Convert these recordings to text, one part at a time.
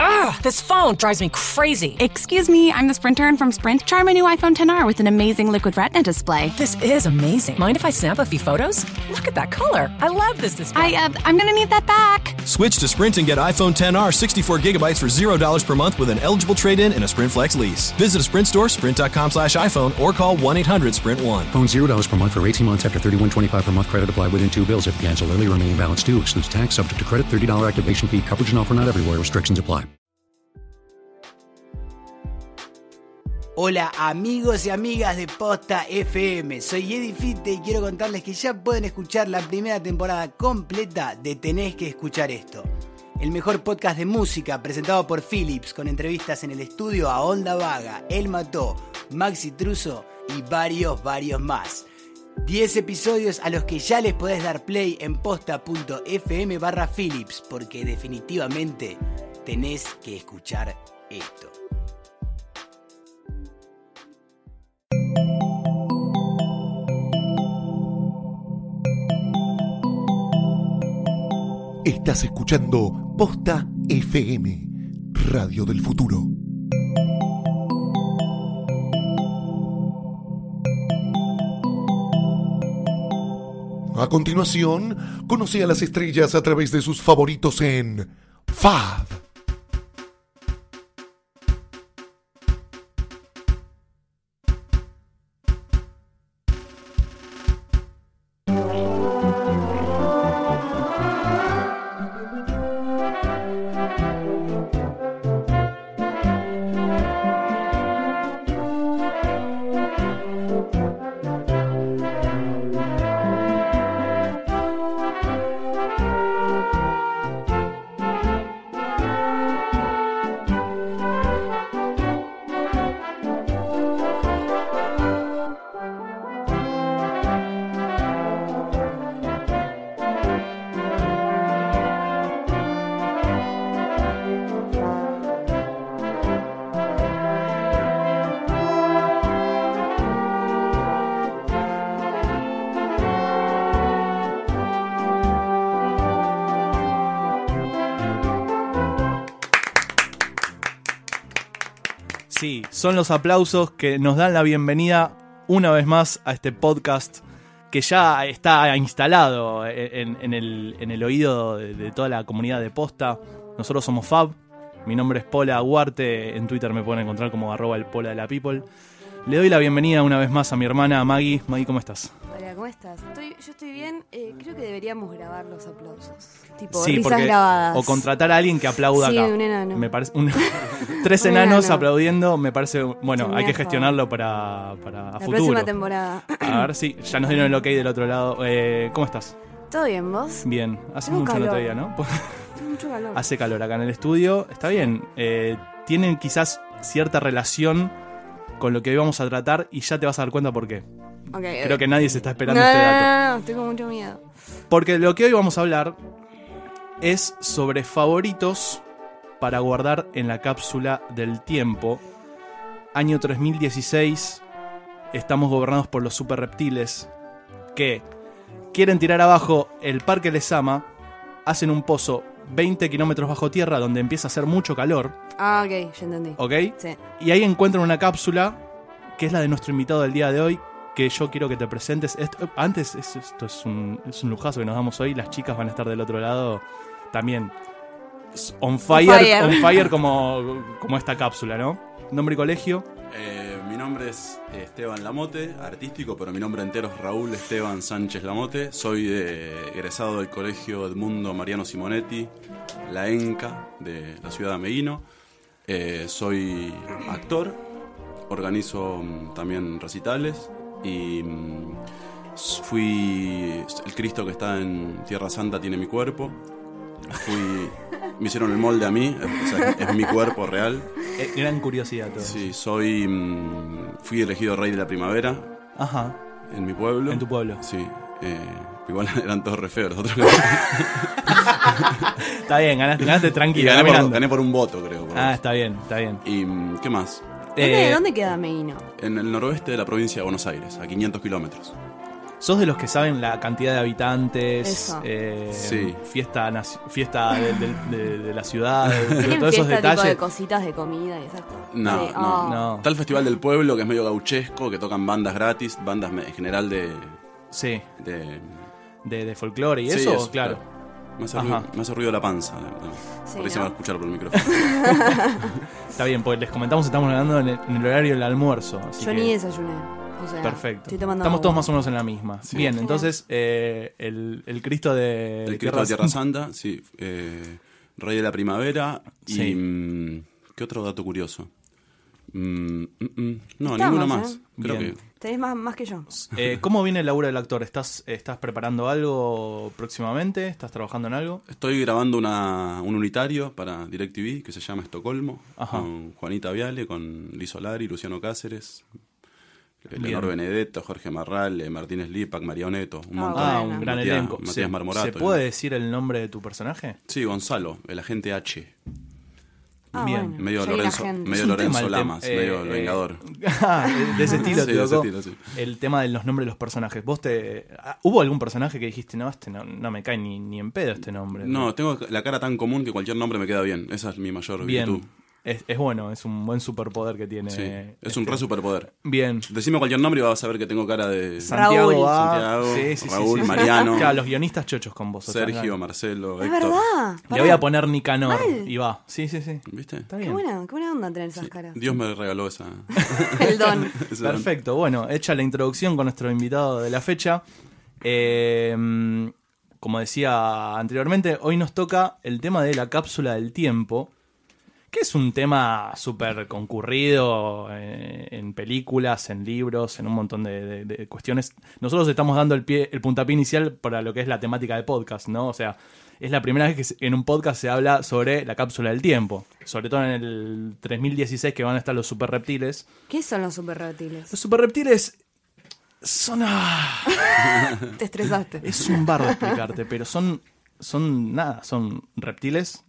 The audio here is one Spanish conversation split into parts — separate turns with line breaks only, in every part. Ugh, Ah, this phone drives me crazy.
Excuse me, I'm the Sprint intern from Sprint. Try my new iPhone 10R with an amazing liquid retina display.
This is amazing. Mind if I snap a few photos? Look at that color. I love this display.
I, uh, I'm gonna need that back.
Switch to Sprint and get iPhone 10R 64 gigabytes for $0 per month with an eligible trade-in and a Sprint Flex lease. Visit a Sprint store, sprint.com slash iPhone, or call 1-800-SPRINT1.
Phone $0 per month for 18 months after 31.25 per month credit applied within two bills. If cancel early, remaining balance due. Excludes tax. Subject to credit. $30 activation fee. Coverage and offer not everywhere. Restrictions apply.
Hola amigos y amigas de Posta FM, soy Eddie Fitte y quiero contarles que ya pueden escuchar la primera temporada completa de Tenés que escuchar esto. El mejor podcast de música presentado por Philips con entrevistas en el estudio a Onda Vaga, El Mató, Maxi Truso y varios, varios más. 10 episodios a los que ya les podés dar play en posta.fm barra Philips porque definitivamente tenés que escuchar esto.
Estás escuchando Posta FM, Radio del Futuro. A continuación, conoce a las estrellas a través de sus favoritos en FAB.
Sí, son los aplausos que nos dan la bienvenida una vez más a este podcast que ya está instalado en, en el, en el oído de, de toda la comunidad de posta. Nosotros somos Fab, mi nombre es Pola Huarte, en Twitter me pueden encontrar como arroba el Pola de la People. Le doy la bienvenida una vez más a mi hermana Maggie. Maggie, ¿cómo estás?
Hola, ¿cómo estás? Estoy- yo estoy bien. Eh, creo que deberíamos grabar los aplausos. Tipo,
Sí,
risas
porque-
grabadas.
O contratar a alguien que aplauda
Sí,
acá.
un enano.
Me parece un- tres
Un
enanos
enano.
aplaudiendo, me parece. Bueno,
Señor
hay que
Fab.
gestionarlo para, para a
La
futuro.
próxima temporada.
A ver si ya nos dieron el ok del otro lado. Eh, ¿Cómo estás?
¿Todo bien, vos?
Bien, hace
Tengo
mucho no te
calor.
veía, ¿no?
Tengo mucho calor.
hace calor acá en el estudio. Está bien. Eh, tienen quizás cierta relación con lo que hoy vamos a tratar y ya te vas a dar cuenta por qué.
Ok,
Creo
ok.
que nadie se está
No,
esperando
no,
este dato.
no, no, no, tengo mucho miedo.
Porque lo que hoy vamos a hablar es sobre favoritos para guardar en la cápsula del tiempo. Año 3016, estamos gobernados por los superreptiles que quieren tirar abajo el parque les ama, hacen un pozo 20 kilómetros bajo tierra donde empieza a hacer mucho calor,
Ah, ok, ya entendí.
¿ok?
Sí.
Y ahí encuentran una cápsula que es la de nuestro invitado del día de hoy, que yo quiero que te presentes. Esto- antes, es- esto es un, es un lujazo que nos damos hoy. Las chicas van a estar del otro lado también. s- On fire, on fire.
fire.
como, como esta cápsula, ¿no? Nombre y colegio.
Eh, mi nombre es Esteban Lamote, artístico, pero mi nombre entero es Raúl Esteban Sánchez Lamote. Soy de- egresado del Colegio Edmundo Mariano Simonetti, la ENCA de la ciudad de Ameguino. Eh, soy actor, organizo mm, también recitales y mm, s- fui el Cristo que está en Tierra Santa tiene mi cuerpo. Fui, me hicieron el molde a mí, o sea, es mi cuerpo real.
Eh, gran curiosidad todo.
Sí, soy. mm, fui elegido rey de la primavera
Ajá.
en mi pueblo.
En tu pueblo.
Sí. eh, igual eran todos re feos los otros.
Está bien, ganaste, ganaste
y
tranquilo.
gané por,
caminando.
gané por un voto, creo. por
Ah,
eso.
está bien, está bien.
¿Y mm, qué más?
¿Dónde,
Eh,
dónde queda Meino?
En el noroeste de la provincia de Buenos Aires, a 500 kilómetros.
¿Sos de los que saben la cantidad de habitantes?
Eso.
eh,
Sí.
Fiesta, naci- fiesta de, de- de- de la ciudad,
Tienen
todos
fiesta tipo
esos
de
detalles.
cositas de comida y esas cosas.
No,
Sí,
no,
oh.
No.
Está el Festival del Pueblo, que es medio gauchesco, que tocan bandas gratis, bandas me- en general de...
Sí,
de-
de, de folclore y
Sí,
eso,
eso,
claro.
Me hace,
Ajá.
ruido, me hace ruido la panza.
Sí,
por ahí se
¿no?
va a escuchar por el micrófono.
Está bien, pues les comentamos, estamos grabando en el, en el horario del almuerzo. así
Yo
que-
ni desayuné. O sea,
Perfecto.
Estoy
Estamos
tomando
todos más o menos en la misma. Bien, entonces eh, el, el Cristo de
El Cristo de Tierra Santa, sí. eh, Rey de la Primavera. Y.
Sí.
mm, ¿Qué otro dato curioso? Mm, mm, mm, no,
Estamos,
ninguno
¿eh?
más. Creo
Bien.
que.
Tenés más, más que yo.
Eh, ¿Cómo viene el laburo del actor? ¿Estás, ¿Estás preparando algo próximamente? ¿Estás trabajando en algo?
Estoy grabando una, un unitario para DirecTV que se llama Estocolmo.
Ajá.
Con Juanita Viale, con Liz Solari, Luciano Cáceres. Leonor
Bien.
Benedetto, Jorge Marral, eh, Martínez Lipak, Marioneto, un
Ah,
montón.
Ah,
Bueno.
un gran
Matías-
elenco.
Matías
¿Se,
Marmorato,
¿se puede
¿no?
decir el nombre de tu personaje?
Sí, Gonzalo, el agente H.
Ah,
Bien.
bueno.
Medio
soy
Lorenzo,
la gente.
medio
Es un
Lorenzo
tema el tem-
Lamas,
eh,
medio el
eh,
Vengador.
Ah, de ese estilo,
Sí,
te
de ese
tocó.
estilo, sí.
El tema de los nombres de los personajes. ¿Vos te ah, hubo algún personaje que dijiste, no, este no, no me cae ni, ni en pedo este nombre?
No, tengo la cara tan común que cualquier nombre me queda bien. Esa es mi mayor
bien.
virtud.
Es, es bueno, es un buen superpoder que tiene. este
Sí, es un re superpoder.
Bien.
Decime cualquier nombre y vas a ver que tengo cara de
Santiago
Raúl.
A.
Santiago,
Sí, sí, sí,
Raúl,
sí.
Mariano.
Claro, los guionistas chochos con vos. o sea,
Sergio,
claro.
Marcelo,
Es
Héctor.
verdad.
Le
pará.
voy a poner Nicanor
Mal.
y va. Sí, sí, sí.
¿Viste?
Está
Qué
bien.
buena, qué buena onda tener esas caras.
Dios me regaló esa.
El don.
ese don.
Perfecto. Bueno, hecha la introducción con nuestro invitado de la fecha. eh, como decía anteriormente, hoy nos toca el tema de la cápsula del tiempo. Que es un tema súper concurrido eh, en películas, en libros, en un montón de, de- de cuestiones. Nosotros estamos dando el pie, el puntapié inicial para lo que es la temática de podcast, ¿no? O sea, es la primera vez que se- en un podcast se habla sobre la cápsula del tiempo. Sobre todo en el 3016 que van a estar los super reptiles.
¿Qué son los superreptiles?
Los superreptiles son. ah,
Te estresaste.
es un barro explicarte, pero son. Son nada, son reptiles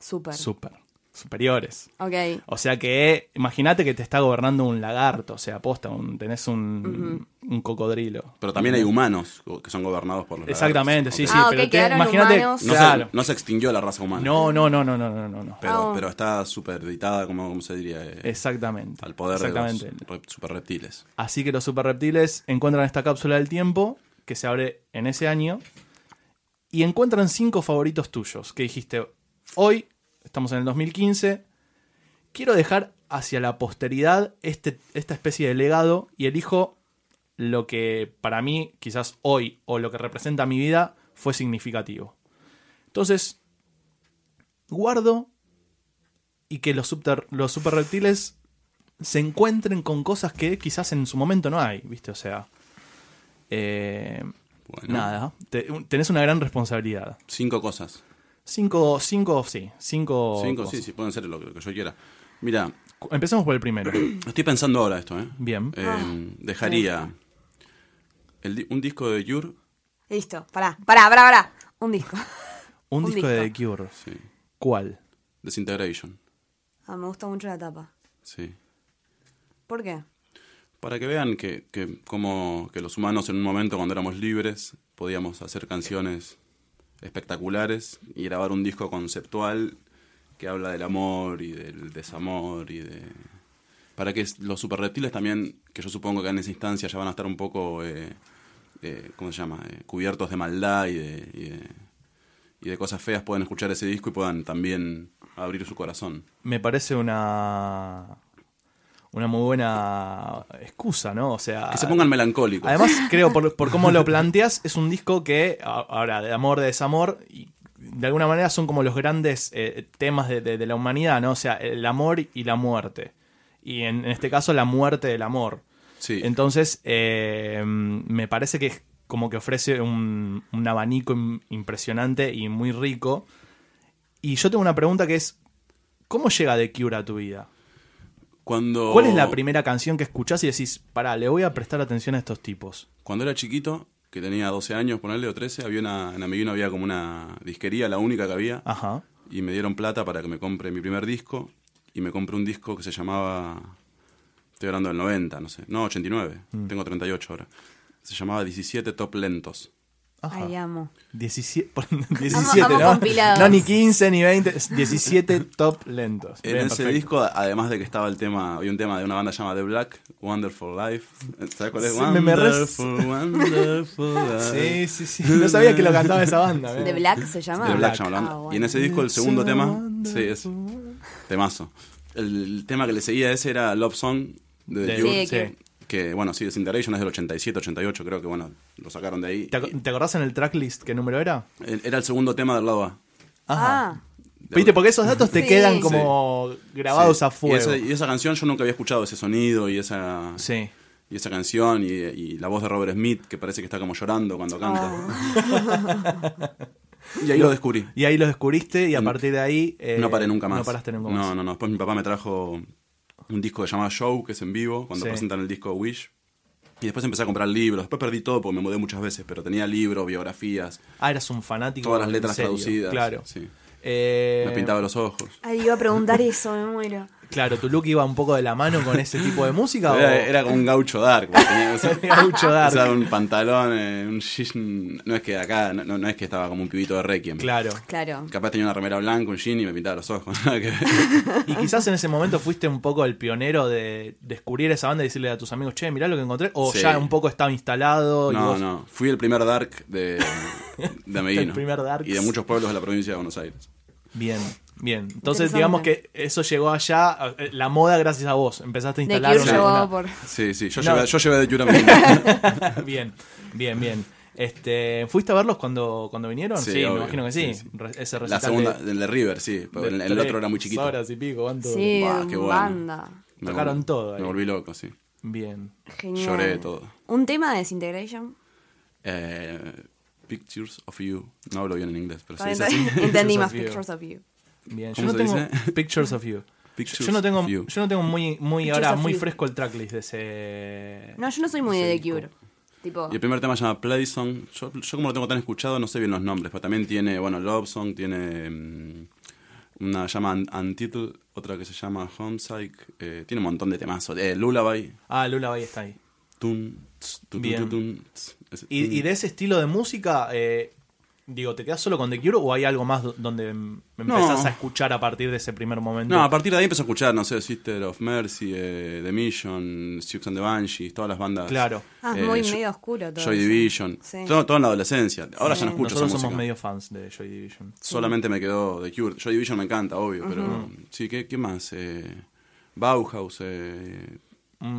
Super.
super. Superiores.
ok.
O sea que imagínate que te está gobernando un lagarto, o sea, aposta, un, tenés un, un cocodrilo.
Pero también hay humanos que son gobernados por los
Exactamente, sí,
Ah,
sí,
lagartos.
ok,
pero te-
quedaron
imagínate,
humanos.
No,
claro.
se, no se extinguió la raza humana.
No, no, no, no, no, no, no, no.
Pero,
Ah.
pero está superditada, como, como se diría, eh,
Exactamente.
al poder de los
exactamente.
rep- superreptiles.
Así que los superreptiles encuentran esta cápsula del tiempo que se abre en ese año y encuentran cinco favoritos tuyos que dijiste hoy, estamos en el 2015, quiero dejar hacia la posteridad este, esta especie de legado y elijo lo que para mí quizás hoy o lo que representa mi vida fue significativo. Entonces, guardo y que los, subter- los superreptiles se encuentren con cosas que quizás en su momento no hay, ¿viste? O sea, eh,
Bueno.
nada, te- un- tenés una gran responsabilidad.
Cinco cosas.
Cinco, cinco, sí, cinco.
Cinco,
cosas.
sí, sí, pueden ser lo, que- lo que yo quiera. Mira,
Cu- Empecemos por el primero.
estoy pensando ahora esto, ¿eh?
Bien.
Eh,
Ah,
dejaría el di- un disco de Yur,
Listo. Pará, pará, pará, pará. Un disco.
Un,
Un
disco, de The
disco.
Cure.
sí,
¿Cuál?
Desintegration,
Ah, me gusta mucho la tapa.
sí.
¿Por qué?
Para que vean que, que como que los humanos en un momento cuando éramos libres podíamos hacer canciones espectaculares y grabar un disco conceptual que habla del amor y del desamor y de... Para que s- los superreptiles también, que yo supongo que en esa instancia ya van a estar un poco, eh, eh, ¿cómo se llama?, Eh, cubiertos de maldad y de, y de- y de cosas feas, puedan escuchar ese disco y puedan también abrir su corazón.
Me parece una. Una muy buena excusa, ¿no? O sea.
Que se pongan melancólicos.
Además, creo, por, por cómo lo planteas, es un disco que a- ahora de amor, de desamor, y de alguna manera son como los grandes eh, temas de, de- de la humanidad, ¿no? O sea, el amor y la muerte. Y en, en este caso, la muerte del amor.
Sí.
Entonces, eh, me parece que es como que ofrece un, un abanico im- impresionante y muy rico. Y yo tengo una pregunta que es, ¿cómo llega The Cure a tu vida?
Cuando...
¿Cuál es la primera canción que escuchás y decís, pará, le voy a prestar atención a estos tipos?
Cuando era chiquito, que tenía 12 años, ponerle o 13, había una, en Amiguino había como una disquería, la única que había,
Ajá.
y me dieron plata para que me compre mi primer disco, y me compré un disco que se llamaba, estoy hablando del 90, no sé, no, 89, tengo 38 ahora, se llamaba 17 Top Lentos.
Ajá.
Ay, amo.
17, 17
amo
¿no?
compilados.
No, ni 15, ni 20, 17 top lentos.
En
Bien,
ese
perfecto.
disco, además de que estaba el tema, había un tema de una banda llamada The Black, Wonderful Life. ¿Sabes cuál es?
Sí, me- me re-
Wonderful Life.
Sí, sí, sí. No sabía que lo cantaba esa banda.
¿De
bien.
Black se llama?
The Eh, Black
Black.
llama la banda.
Ah, bueno.
Y en ese disco, el segundo tema, sí, es temazo. El tema que le seguía a ese era Love Song de The
Sí,
Cure,
que-
Que bueno, sí, Desintegration es del 87, 88, creo que bueno, lo sacaron de ahí.
¿Te, ac- te acordás en el tracklist qué número era?
El- Era el segundo tema del lado A.
Ah,
Viste, porque esos datos te
Sí.
quedan como grabados
Sí.
a fuego.
Y esa, y esa canción yo nunca había escuchado ese sonido y esa,
Sí.
y esa canción y, y la voz de Robert Smith que parece que está como llorando cuando canta. y ahí lo descubrí.
Y ahí los descubriste y a
Mm.
partir de ahí... eh,
no paré nunca más.
No paraste nunca más.
No, no, no. Después mi papá me trajo un disco que se llamaba Show, que es en vivo, cuando
Sí.
presentan el disco Wish. Y después empecé a comprar libros. Después perdí todo porque me mudé muchas veces, pero tenía libros, biografías.
Ah, eras un fanático.
Todas las
en
letras
serio,
traducidas,
Claro.
sí.
Eh,
Me pintaba los ojos.
Ay, iba a preguntar eso, me muero.
Claro, ¿tu look iba un poco de la mano con ese tipo de música? o-
Era, era como un gaucho dark. porque tenía- o sea,
Gaucho dark.
usaba un pantalón, eh, un jean. No es que acá, no, no- no es que estaba como un pibito de Requiem.
Claro.
Claro.
Capaz tenía una remera blanca, un jean y me pintaba los ojos. nada que ver.
Y quizás en ese momento fuiste un poco el pionero de descubrir esa banda y decirle a tus amigos, che, mirá lo que encontré. O
Sí.
ya un poco estaba instalado. y
No,
vos-
no. Fui el primer dark de, de Medellín.
El primer darks.
Y de muchos pueblos de la provincia de Buenos Aires.
Bien, bien. Entonces,
Interesante.
digamos que eso llegó allá, eh, la moda gracias a vos. Empezaste a
De
instalar
Cure
una-
llegó
una-
por.
Sí, sí. Yo,
No.
llevé, yo llevé de Cure a Medellín.
Bien, bien, bien. Este, ¿Fuiste a verlos cuando, cuando vinieron?
Sí,
Sí, me
obvio.
imagino que sí.
Sí, sí.
Re- Ese recital
La segunda,
de-
el de River, sí. pero
de
el, el
tres
otro era muy chiquito.
horas y pico, ¿cuánto?
Sí,
Bah, qué bueno.
banda.
Me
Tocaron
vol-
todo ahí.
Me volví loco, sí.
Bien.
Genial.
Lloré de todo.
Un tema de Disintegration.
Eh, Pictures of You. No hablo bien en inglés, pero se
Todavía
dice
no-
así.
Entendí
Pictures
más Pictures of
of You.
You.
Bien,
¿Cómo
yo no
se
tengo
dice?
Pictures of You.
Pictures
yo no tengo,
of You.
yo no tengo muy, muy
Pictures
ahora
of
muy
You.
fresco el tracklist de ese.
No, yo no soy muy de The Cure. Tipo,
Y el primer tema se llama Play Song. Yo, yo como lo tengo tan escuchado, no sé bien los nombres, pero también tiene, bueno, Love Song, tiene mm, una llama Un- Untitled, otra que se llama Home Psych, eh, tiene un montón de temazos. Eh, Lullaby.
Ah, Lula Bay está ahí.
Tun, ts, tu, tu,
Bien.
tu, tun, ts, ese,
Y,
tun.
y de ese estilo de música, eh, digo, ¿te quedas solo con The Cure o hay algo más do- donde em-
No.
empezás a escuchar a partir de ese primer momento?
No, a partir de ahí empezó a escuchar, no sé, Sister of Mercy, eh, The Mission, Sioux and the Banshees, todas las bandas.
Claro.
Ah, muy
yo-
medio oscuro todo
eh, Joy
eso.
Division.
Sí.
Todo, todo en la adolescencia. Ahora ya no escucho esa
Nosotros
música.
somos medio fans de Joy Division.
Solamente me quedó The Cure. Joy Division me encanta, obvio, pero sí, ¿qué, qué más? Eh, Bauhaus, eh,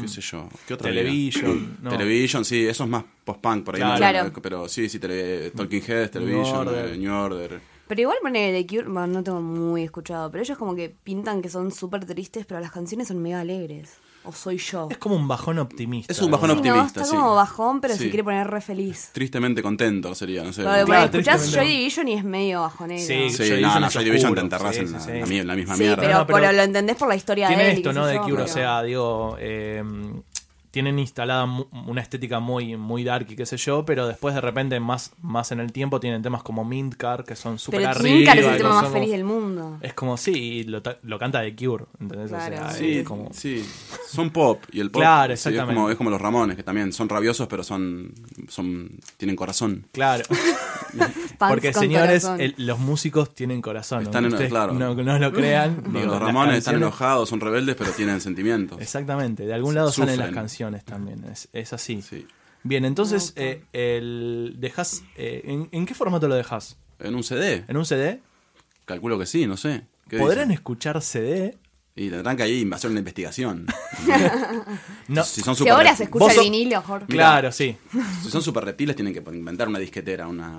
qué sé yo. ¿Qué otra había?
Television, no.
Television, sí, eso es más post-punk por ahí.
Claro.
¿no?
Claro.
Pero sí, sí, tele- Talking Heads, Television, eh, New
Order.
Order.
Pero igual poner The Cure, bueno, no tengo muy escuchado, pero ellos como que pintan que son súper tristes, pero las canciones son mega alegres. O soy yo.
Es como un bajón optimista.
Es un bajón
¿no?
Sí, no,
optimista,
está
sí.
como bajón, pero
Sí.
se quiere poner re feliz.
Tristemente contento sería, no sé.
Pero bueno,
Claro,
escuchás
tristemente
Joy
no.
Division y es medio bajonero. Sí,
Sí,
Sí,
Joy
no,
Division
no,
es
Joy Division te
oscuro,
enterras
sí,
en
sí,
la,
sí.
la mi- la misma
pero,
mierda.
No, pero
pero lo entendés por la historia de
Tiene
él. y
esto,
qué
¿no?
sé
De
yo,
Cure, o
pero-
sea, digo, eh, tienen instalada mu- una estética muy, muy dark y qué sé yo, pero después de repente, más, más en el tiempo, tienen temas como Mint Car, que son súper
Pero
arriba.
Tinker es el
que
tema
son
más
como-
feliz del mundo.
Es como, sí, y lo, ta- lo canta The Cure, ¿entendés? O
Claro.
sea,
Sí,
es como...
sí, son pop y el pop
Claro,
sí, es,
exactamente.
como, es como los Ramones que también son rabiosos pero son, son tienen corazón.
Claro,
Pans
porque
con
señores,
corazón.
el- los músicos tienen corazón.
Están
¿no?
en-
Ustedes
claro.
no, no lo crean.
Los-
digo,
los
las
Ramones están
canciones-
enojados, son rebeldes, pero tienen sentimientos.
Exactamente, de algún lado salen las
Sufren.
canciones también, es, es así.
Sí.
Bien, entonces, eh, el, dejas, eh, ¿en, en qué formato lo dejas?
En un CD,
¿En un CD?
calculo que sí, no sé. ¿Qué
¿Podrán
dicen?
escuchar CD?
Y tendrán que ahí hacer una investigación.
No.
Si son
Si
super
ahora se escucha
Vos
el
sos-
vinilo, Jorge.
Claro, sí.
si son super reptiles, tienen que inventar una disquetera, una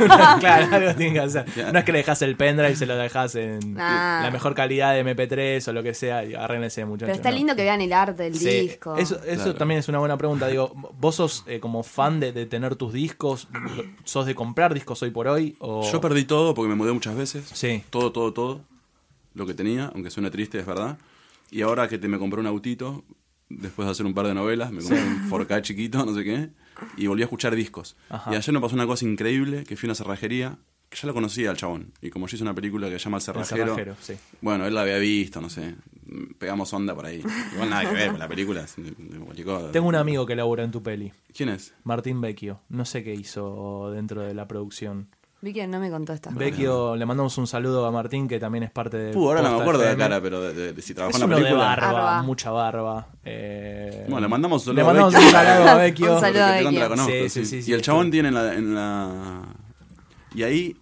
claro, algo tienen que hacer. No es que le dejas el pendrive y se lo dejas en
Ah.
la mejor calidad de MP3 o lo que sea. y Arréglense, muchachos.
Pero está
¿no?
lindo que vean el arte del
Sí,
disco.
Eso, eso
Claro.
también es una buena pregunta. Digo, ¿vos sos eh, como fan de, de tener tus discos? ¿Sos de comprar discos hoy por hoy? O...
Yo perdí todo porque me mudé muchas veces.
Sí.
Todo, todo, todo. Lo que tenía, aunque suene triste, es verdad. Y ahora que te, me compré un autito, después de hacer un par de novelas, me compré un 4K chiquito, no sé qué, y volví a escuchar discos.
Ajá.
Y ayer me pasó una cosa increíble, que fui a una cerrajería, que ya lo conocía al chabón. Y como yo hice una película que se llama El
El
Cerrajero,
cerrajero, sí.
bueno, él la había visto, no sé. pegamos onda por ahí. Igual nada que ver con la película, es de- de cualquier cosa.
Tengo un amigo que labura en tu peli,
¿Quién es?
Martín Vecchio. No sé qué hizo dentro de la producción.
Vi que no me contó estas cosas.
Vecchio, le mandamos un saludo a Martín, que también es parte de.
Uh, ahora no me
Posta
acuerdo de la
FM.
cara, pero de- de- de- si trabajó
Es
en la
uno de
película.
barba,
Barba.
mucha barba. eh,
Bueno, le mandamos un
le
saludo
mandamos
a
un
Vecchio.
saludo a Vecchio.
Un saludo.
Porque
a
te contra
Vecchio.
conozco,
Sí, sí,
sí.
sí,
Y
sí,
el
sí.
chabón tiene en la, en la- Y ahí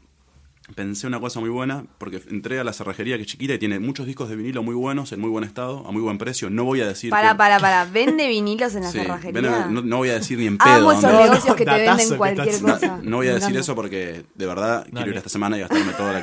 pensé una cosa muy buena, porque entré a la cerrajería que es chiquita y tiene muchos discos de vinilo muy buenos, en muy buen estado, a muy buen precio. No voy a decir...
Para,
que-
para, para. ¿Vende vinilos en la
Sí,
cerrajería?
ven, no, no voy a decir ni en pedo.
Amo esos
dónde-
negocios que te
datazo
venden
que
cualquier
estás-
cosa.
No voy a
Me
decir
encanta.
eso porque de verdad quiero
Dale.
ir esta semana y gastarme toda la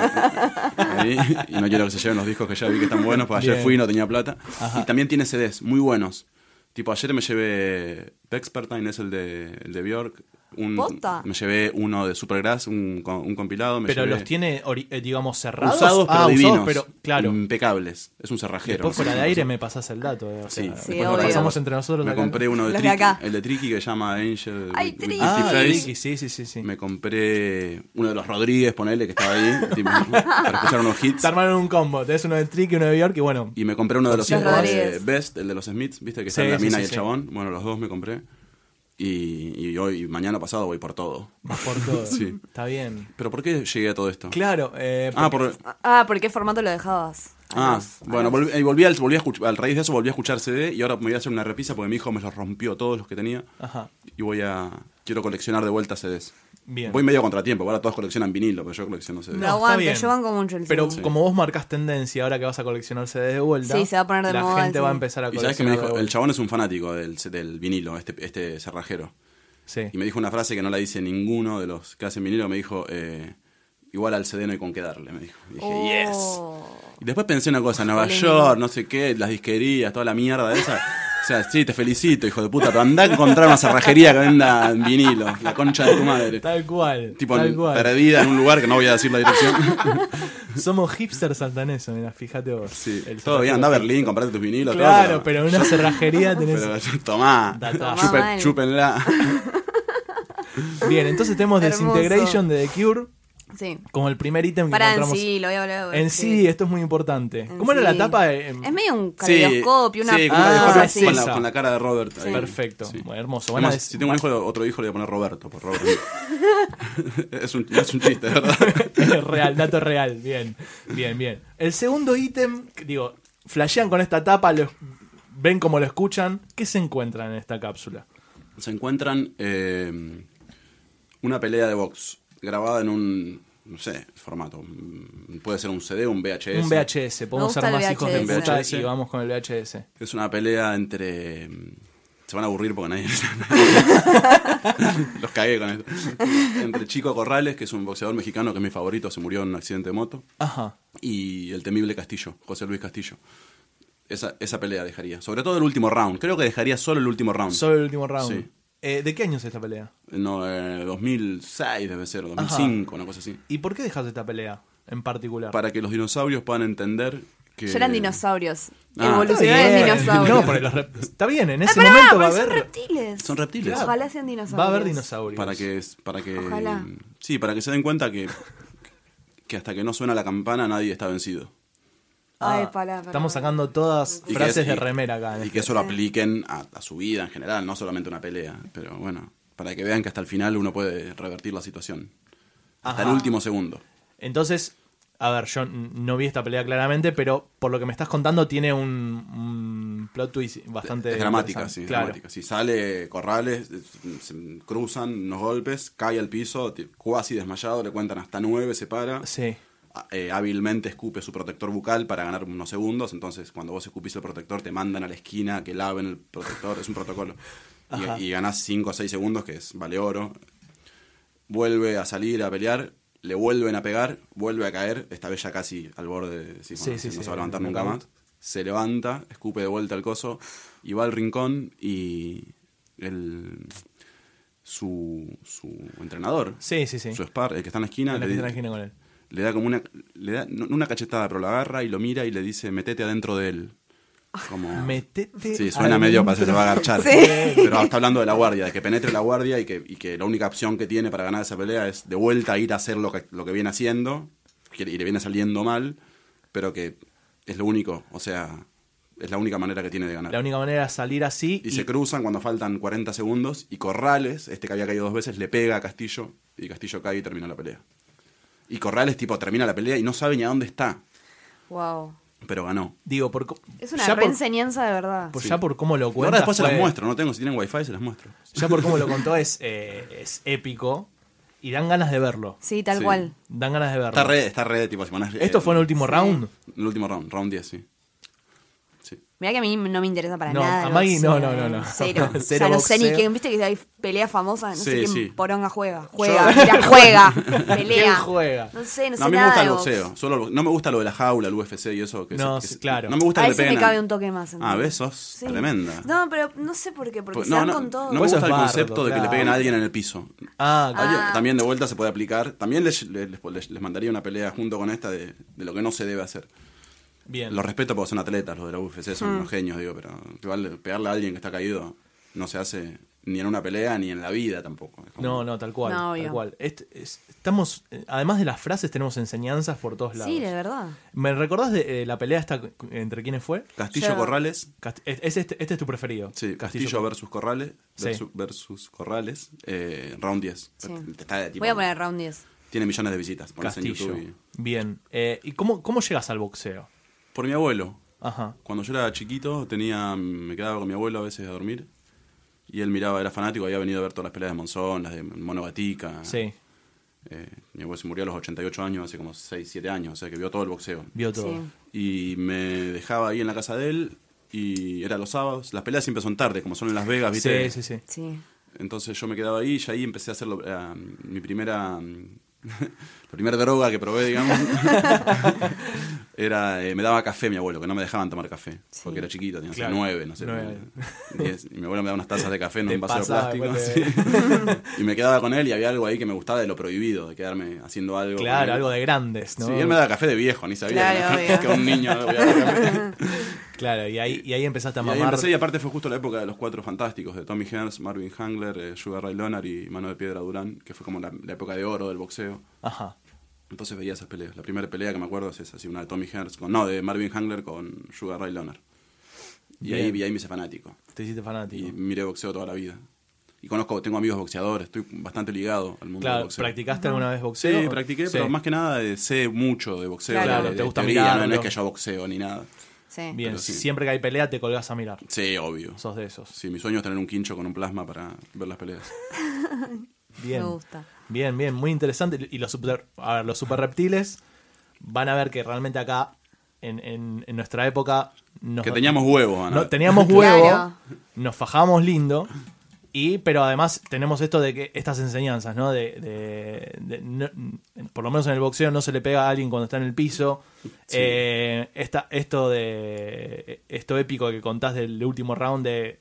quincena. Ahí, y no quiero que se lleven los discos que ya vi que están buenos, porque ayer
Bien.
fui y no tenía plata. Y también tiene CDs muy buenos. Tipo, ayer me llevé Bexpertine, es el de, el de Bjork. Un,
Posta.
me llevé uno de Supergrass, un, co- un compilado. Me
Pero
llevé
los tiene, ori- eh, digamos, cerrados.
usados, pero
Ah,
divinos.
usados, pero claro.
Impecables. Es un cerrajero.
Después
no sé
fuera de
cómo se
aire
llama.
me pasas el dato. eh, o
Sí,
sea,
después
Sí,
lo
obvio.
pasamos entre nosotros.
Me
acá.
compré uno de
Los de
Tricky,
acá.
el de Tricky que se llama Angel
Ay,
with- with
Tricky.
Ah,
Misty Face.
sí, sí, sí, sí, sí.
Me compré uno de los Rodríguez, ponele, que estaba ahí, tipo, para escuchar unos hits.
Se armaron un combo. Tenés uno de Trick y uno de Bjork y bueno.
Y me compré uno de los
Los
hijos de
Rodríguez.
Best, el de los Smiths, viste que
Sí,
está la
sí,
mina
sí,
y el
sí.
chabón. Bueno, los dos me compré. Y, y hoy, mañana pasado, voy por todo.
Más por todo.
Sí.
Está bien.
¿Pero por qué llegué a todo esto?
Claro. eh,
Ah, por,
Ah, ¿por qué formato lo dejabas?
ah bueno, volví, eh, volví, al, volví a escuchar, al raíz de eso volví a escuchar CD y ahora me voy a hacer una repisa porque mi hijo me los rompió todos los que tenía.
Ajá.
Y voy a. Quiero coleccionar de vuelta CDs.
Bien.
Voy medio a contratiempo, ahora todos coleccionan vinilo, pero yo colecciono CDs.
No
está
aguante,
bien.
yo banco mucho el
Pero
CD.
como vos marcas tendencia ahora que vas a coleccionar CDs de vuelta.
Sí, se va a poner de
la
moda el
gente va a
CD.
empezar a
Y sabes que
coleccionar.
me
de
dijo, el
vuelta.
chabón es un fanático del, del vinilo, este, este cerrajero.
Sí.
Y me dijo una frase que no la dice ninguno de los que hacen vinilo, me dijo, eh, igual al CD no hay con qué darle, me dijo. Y dije, yes.
Oh.
Y después pensé una cosa, Nueva
Polémico.
York, no sé qué, las disquerías, toda la mierda esa. O sea, sí, te felicito, hijo de puta, pero andá a encontrar una cerrajería que venda vinilo, la concha de tu madre.
Tal cual.
Tipo,
tal
en-
cual.
perdida en un lugar que no voy a decir la dirección.
Somos hipsters santanesos, mira, fíjate vos.
Sí,
El
todo
cerrajero
bien, andá a
hipster.
Berlín, comprate tus vinilos. todo,
Claro, pero en una cerrajería tenés.
Pero tomá,
Datá.
chupen-
mal.
chúpenla.
Bien, entonces tenemos
Hermoso.
Disintegration de The Cure
Sí.
como el primer ítem que
Para en
encontramos.
sí, lo voy a hablar.
En sí, esto es muy importante. ¿Cómo era la tapa? Eh,
Es medio un caleidoscopio, una
sí, con,
Ah,
la,
es
con, la,
esa.
con la cara de Robert. ahí.
Perfecto,
Sí.
bueno, hermoso.
Además,
Van a des-
si tengo un hijo, otro hijo le voy a poner Roberto, por Robert. es, un, es un chiste, ¿verdad?
real, dato real. Bien, bien, bien. El segundo ítem, digo, flashean con esta tapa, lo- ven cómo lo escuchan. ¿Qué se encuentran en esta cápsula?
Se encuentran eh, una pelea de box grabada en un, no sé, formato. Mm, Puede ser un CD o un VHS.
Un VHS, podemos
gusta
ser
el
más hijos de
VHS.
puta
VHS.
y vamos con el VHS.
Es una pelea entre... mm, Se van a aburrir porque nadie... Los cagué con esto. Entre Chico Corrales, que es un boxeador mexicano que es mi favorito, se murió en un accidente de moto.
Ajá.
y el temible Castillo, José Luis Castillo. Esa, esa pelea dejaría. Sobre todo el último round. Creo que dejaría solo el último round.
Solo el último round.
Sí.
Eh, ¿De qué año es esta pelea?
No, eh, 2006 debe ser, 2005, una cosa así.
¿Y por qué dejas esta pelea en particular?
Para que los dinosaurios puedan entender que...
Yo eran dinosaurios.
Ah.
Evolucionaron en
Bien.
dinosaurios.
No, porque los rep- está bien, en
Ah,
ese
pará,
momento
pero
va a
son
haber
reptiles.
Son reptiles.
Claro.
Ojalá sean dinosaurios.
va a haber dinosaurios.
Para que... Para que
Ojalá.
Sí, para que se den cuenta que, que hasta que no suena la campana nadie está vencido.
Ah,
Ay, pará, pará.
Estamos sacando todas
Y que-
frases de
y-
remera acá. ¿eh? este.
Y que eso lo apliquen a, a su vida en general, no solamente una pelea. Pero bueno, para que vean que hasta el final uno puede revertir la situación. Hasta el último segundo.
Entonces, a ver, yo n- no vi esta pelea claramente, pero por lo que me estás contando tiene un, un plot twist bastante
Es dramática,
interesante.
sí, es
Claro.
dramática. Si sale Corrales, es- se cruzan unos golpes, cae al piso, ti- cuasi desmayado, le cuentan hasta nueve, se para.
Sí.
A- eh, hábilmente escupe su protector bucal para ganar unos segundos. Entonces, cuando vos escupís el protector, te mandan a la esquina que laven el protector. Es un protocolo. Y, y ganás 5 o 6 segundos, que es vale oro. Vuelve a salir a pelear, le vuelven a pegar, vuelve a caer. Esta vez ya casi al borde, de- sí, bueno,
sí, sí,
no se va a levantar
el
nunca
knockout.
más. Se levanta, escupe de vuelta al coso y va al rincón y el, su, su entrenador,
Sí, sí, sí.
su spar, el que está en la esquina,
En la que
le di-
se imagina con él.
le da como una, le da, no, no una cachetada, pero lo agarra y lo mira y le dice, metete adentro de él. Como...
Metete
Sí, suena medio para que se
adentro.
te va a agarchar. Pero está hablando de la guardia, de que penetre la guardia y que, y que la única opción que tiene para ganar esa pelea es de vuelta ir a hacer lo que, lo que viene haciendo, que- y le viene saliendo mal, pero que es lo único, o sea, es la única manera que tiene de ganar.
La única manera es salir así.
Y, se cruzan cuando faltan 40 segundos y Corrales, este que había caído dos veces, le pega a Castillo y Castillo cae y termina la pelea. Y Corrales tipo termina la pelea y no sabe ni a dónde está,
Wow.
pero ganó.
Digo, por, co-
Es una
ya por-
reenseñanza de verdad.
por- Pues ya por cómo lo
Ahora
cuenta.
después se las
fue-
muestro, no tengo, si tienen wifi se las muestro.
Ya por cómo lo contó es, eh, es épico y dan ganas de verlo.
Sí, tal
Sí.
cual.
Dan ganas de verlo.
Está red, está red, tipo, si ponés,
Esto
eh,
fue en el último round.
en el último round, round 10, sí.
Mirá que a mí no me interesa para
No,
nada.
a
el
Maggie no,
boxeo.
no, no, no.
Cero. o
Cero
sea, no sé ni
boxeo.
quién, viste que hay peleas famosas, no sé
Sí,
quién
sí.
poronga juega. Juega, mira, juega, pelea.
¿Quién juega?
No sé, no,
No,
sé
a mí me
nada
gusta
de
el boxeo. Solo el bo- no me gusta lo de la jaula, el UFC y eso. Que
No,
se- que
sí,
se-
claro.
No me gusta
Ahí
que
se
le
me
peguen
cabe
a-
un toque más. ¿entendés?
Ah, ¿ves? Sos
Sí.
tremenda.
No, pero no sé por qué, porque
Pues,
se
no,
dan
no,
con todo.
no me
Pues
gusta el
es bardo,
concepto de que le
claro.
peguen a alguien en el piso.
Ah,
Alguien- también de vuelta se puede aplicar. También les, les- les- les mandaría una pelea junto con esta de, de lo que no se debe hacer.
bien.
Los respeto porque son atletas, los de la UFC son
Hmm.
unos genios, digo, pero igual pegarle a alguien que está caído no se hace ni en una pelea ni en la vida tampoco. Es como-
No, no, tal cual.
No,
tal
obvio.
cual. Est- es- estamos, eh, además de las frases, tenemos enseñanzas por todos lados.
Sí, de verdad.
¿Me recordás de eh, la pelea esta cu- entre quiénes fue?
Castillo
Yo-
Corrales.
Cast- es- es este, este es tu preferido.
Sí, Castillo versus Corrales.
Sí.
Versus, versus Corrales. eh, round 10.
Sí.
Está, tipo,
Voy a poner round 10.
Tiene millones de visitas. Pones en
Castillo.
YouTube y-
Bien. Eh, ¿Y cómo, cómo llegas al boxeo?
Por mi abuelo.
Ajá.
Cuando yo era chiquito, tenía me quedaba con mi abuelo a veces a dormir. Y él miraba, era fanático, había venido a ver todas las peleas de Monzón, las de Mono Gatica.
Sí,
Eh, mi abuelo se murió a los 88 años, hace como 6, 7 años, o sea que vio todo el boxeo.
vio todo.
Sí.
Y me dejaba ahí en la casa de él y era los sábados. Las peleas siempre son tarde, como son en Las Vegas, ¿viste?
Sí, sí, sí.
Sí.
Entonces yo me quedaba ahí y ahí empecé a hacer lo- eh, mi primera. mm, la primera droga que probé, digamos. era. eh, me daba café mi abuelo, que no me dejaban tomar café. Porque era chiquito, tenía no sé,
Claro.
nueve, no sé.
Nueve.
diez, y mi abuelo me daba unas tazas de café en
Te
un vaso de
pasaba, pues,
plástico.
después
así. y me quedaba con él y había algo ahí que me gustaba de lo prohibido, de quedarme haciendo algo. con
Claro,
él.
algo de grandes, ¿no?
Sí, él me daba café de viejo, ni sabía
Claro,
que,
obvio.
que a un niño le voy a dar café.
Claro, y ahí, y ahí empezaste a
Y ahí
mamar.
empecé, y aparte fue justo la época de los cuatro fantásticos, de Tommy Hearns, Marvin Hangler, eh, Sugar Ray Leonard y Mano de Piedra Durán, que fue como la, la época de oro del boxeo.
Ajá.
Entonces veía esas peleas. La primera pelea que me acuerdo es esa, así, una de Tommy Hearns, con, no, de Marvin Hangler con Sugar Ray Leonard. Y ahí,
Bien.
y ahí me hice fanático.
Te hiciste fanático.
Y miré boxeo toda la vida. Y conozco, tengo amigos boxeadores, estoy bastante ligado al mundo del
claro,
boxeo.
¿practicaste alguna vez boxeo?
Sí, practiqué,
Sí.
pero más que nada eh, sé mucho de boxeo.
Claro.
de-
Claro,
de
te gusta
teoría, no- no
mirarlo.
es que yo boxeo ni nada.
Sí.
Bien,
pero sí.
siempre que hay pelea te colgás a mirar.
Sí, obvio.
Sos de esos.
Sí, mi sueño es tener un quincho con un plasma para ver las peleas.
Bien.
Me gusta.
Bien, bien, muy interesante. Y los super, a ver, los super reptiles van a ver que realmente acá, en, en- en nuestra época, nos,
Que teníamos huevos, Ana.
no, teníamos huevo,
Claro.
nos fajamos lindo. Y, pero además tenemos esto de que estas enseñanzas, ¿no? De, de- de- no- por lo menos en el boxeo no se le pega a alguien cuando está en el piso. Eh, esta, esto de esto épico que contás del último round de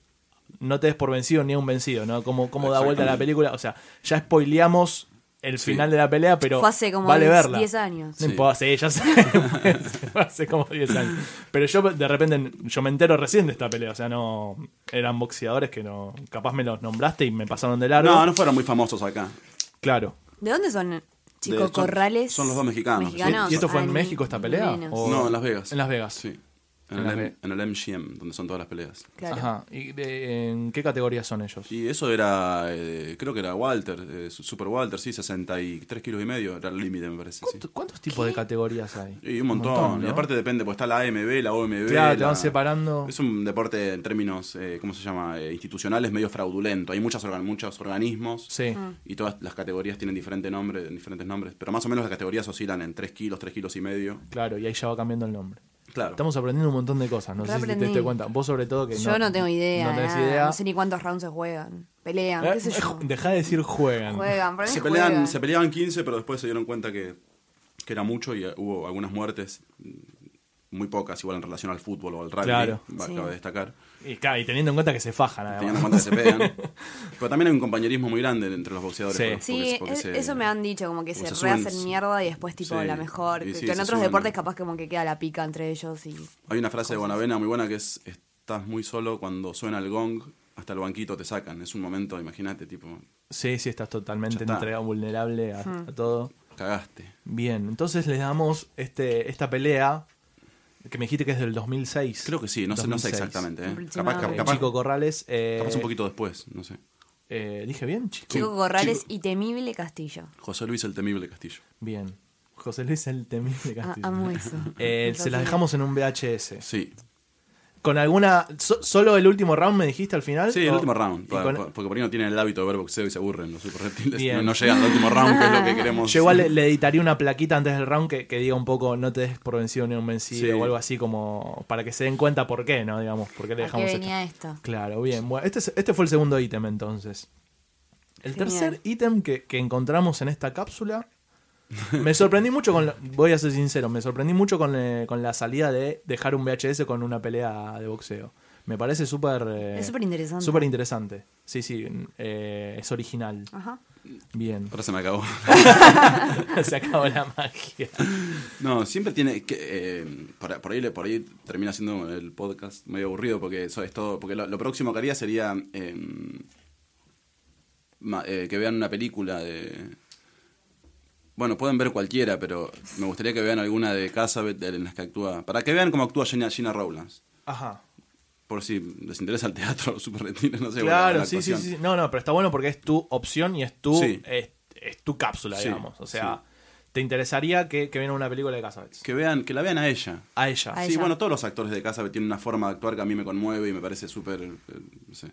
no te des por vencido ni a un vencido, ¿no? Cómo, cómo da vuelta la
Exactamente.
película. O sea, ya spoileamos el
Sí.
final de la pelea, pero
Fue hace como
vale
10
verla.
10 años.
No
Sí.
importa, sí, ya sé. Fue hace como 10 años. Pero yo de repente, yo me entero recién de esta pelea. O sea, no. Eran boxeadores que no. Capaz me los nombraste y me pasaron de largo.
No, no fueron muy famosos acá.
Claro.
¿De dónde son? Chico
De- son-
Corrales.
son los dos mexicanos.
mexicanos.
¿Y esto fue en
Al
México esta pelea?
menos.
¿O-
No, en Las Vegas.
En Las Vegas.
Sí.
En
En,
Las
el,
Vegas.
M- en el MGM, donde son todas las peleas.
Claro.
Ajá. ¿Y de- en qué categoría son ellos?
Y eso era, eh, creo que era Walter, eh, su- Super Walter, sí, 63 kilos y medio era el límite, me parece. sí.
¿Cuánto- ¿Cuántos tipos de categorías hay?
Y un montón.
¿no?
Y aparte depende, pues está la AMB, la OMB.
Claro, te
la-
van separando.
Es un deporte en términos, eh, ¿cómo se llama? Eh, institucionales, medio fraudulento. Hay muchas organ- muchos organismos.
Sí.
Ah.
Y todas las categorías tienen diferente nombre, diferentes nombres. Pero más o menos las categorías oscilan en 3 kilos, 3 kilos y medio.
Claro, y ahí ya va cambiando el nombre.
Claro.
Estamos aprendiendo un montón de cosas. No sé si te
Reaprendí.
diste cuenta. Vos, sobre todo, que no.
Yo no tengo idea.
No tenés
nada.
idea.
No sé ni cuántos rounds se juegan. Pelean, qué sé
Eh,
yo.
Dejá de decir juegan.
Juegan, para mí
se,
juegan.
pelean, se peleaban 15, pero después se dieron cuenta que, que era mucho y eh, hubo algunas muertes, mm, muy pocas, igual en relación al fútbol o al rugby,
Claro.
va- cabe destacar.
Y, claro, y teniendo en cuenta que se fajan, además.
Teniendo en cuenta que Ah, se pegan. Pero también hay un compañerismo muy grande entre los boxeadores.
Sí.
porque-
Sí,
porque
es-
se-
eso me han dicho, como que
porque
se,
se suben-
rehacen mierda y después tipo
Sí.
la mejor.
Y
Que-
sí,
que en
se
otros
suben.
deportes capaz como que queda la pica entre ellos y...
Hay una frase de Bonavena muy buena que es, estás muy solo cuando suena el gong, hasta el banquito te sacan. Es un momento, imagínate, tipo,
Sí, sí, estás totalmente
Ya está.
entregado, vulnerable a,
Hmm.
a todo.
cagaste.
Eh. Bien, entonces les damos este, esta pelea que me dijiste que es del 2006.
Creo que sí, no sé, no sé
2006.
exactamente. ¿eh?
Aproximadamente.
Capaz,
Eh,
capaz-
Chico Corrales. eh,
capaz un poquito después, no sé.
eh, Dije bien, chico.
Chico
Sí,
Corrales
chico.
y temible Castillo.
José Luis el Temible Castillo.
Bien. José Luis el temible
Ah,
Castillo.
amo eso.
Eh, se las dejamos en un VHS.
Sí.
¿Con alguna. so- ¿Solo el último round me dijiste al final?
Sí, el
¿O-
último round.
y
pa-
con-
pa- porque por ahí no tienen el hábito de ver boxeo y se aburren los super reptiles.
Bien.
No, no llegan al último round, que es lo que queremos.
Yo igual le, le editaría una plaquita antes del round que, que diga un poco no te des por vencido ni un vencido
Sí.
o algo así como para que se den cuenta por qué, ¿no? Digamos, por qué le
¿A qué
dejamos esto.
venía esto?
Claro, bien. Bueno, este, es- este fue el segundo ítem entonces. El
Genial.
tercer ítem que, que encontramos en esta cápsula. Me sorprendí mucho con. la- voy a ser sincero, me sorprendí mucho con, eh, con la salida de dejar un VHS con una pelea de boxeo. Me parece súper. eh,
Es súper interesante.
Súper interesante. Sí, sí. eh, es original.
Ajá.
Bien.
Ahora se me acabó.
Se acabó la magia.
No, siempre tiene que. eh, por, por ahí, le- por ahí termina siendo el podcast medio aburrido porque eso es todo. Porque lo, lo próximo que haría sería eh, ma- eh, que vean una película de. Bueno, pueden ver cualquiera, pero me gustaría que vean alguna de Casabet en las que actúa. Para que vean cómo actúa Gina, Gina Rowlands.
Ajá.
Por si les interesa el teatro, los super retiros, no sé. o la-
Claro,
la
sí, sí,
actuación.
sí. No, no, pero está bueno porque es tu opción y es tu,
Sí.
es, es tu cápsula,
Sí,
digamos. O sea, te interesaría que, que viera una película de Casablanca.
Que, vean, que la vean a ella.
A ella.
A
sí,
ella.
bueno, todos los actores de casa tienen una forma de actuar que a mí me conmueve y me parece súper, eh, no sé,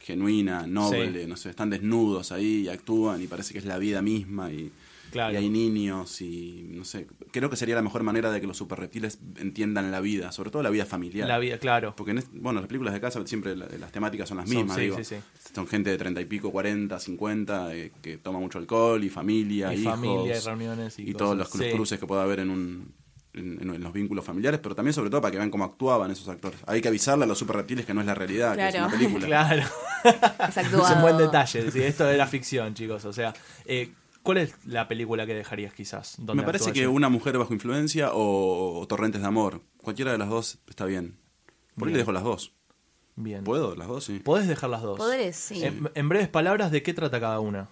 genuina, noble,
Sí.
no sé, están desnudos ahí y actúan y parece que es la vida misma y,
Claro.
y hay niños y no sé, creo que sería la mejor manera de que los superreptiles entiendan la vida, sobre todo la vida familiar.
La vida, claro.
Porque, en est- bueno, las películas de casa siempre la- las temáticas son las
Son-
mismas,
sí,
digo.
sí, sí.
Son gente de treinta y pico, cuarenta, cincuenta, eh, que toma mucho alcohol y familia,
Y
hijos,
familia, y reuniones y
y todos los
cosas.
cru-
Sí.
cruces que pueda haber en un en, en- en los vínculos familiares, pero también sobre todo para que vean cómo actuaban esos actores. Hay que avisarle a los super reptiles que no es la realidad, que es
Claro.
una película.
Claro.
Es
es un buen
actuado.
detalle. sí, esto era ficción, chicos. O sea, eh, ¿cuál es la película que dejarías quizás? donde
Me parece
actúa
que
ella?
una mujer bajo influencia o, o torrentes de amor, cualquiera de las dos está bien. Por ahí le dejo las dos.
Bien.
¿Puedo? Las dos, sí.
¿Podés dejar las dos?
Podés, sí.
En, en breves palabras, ¿de qué trata cada una?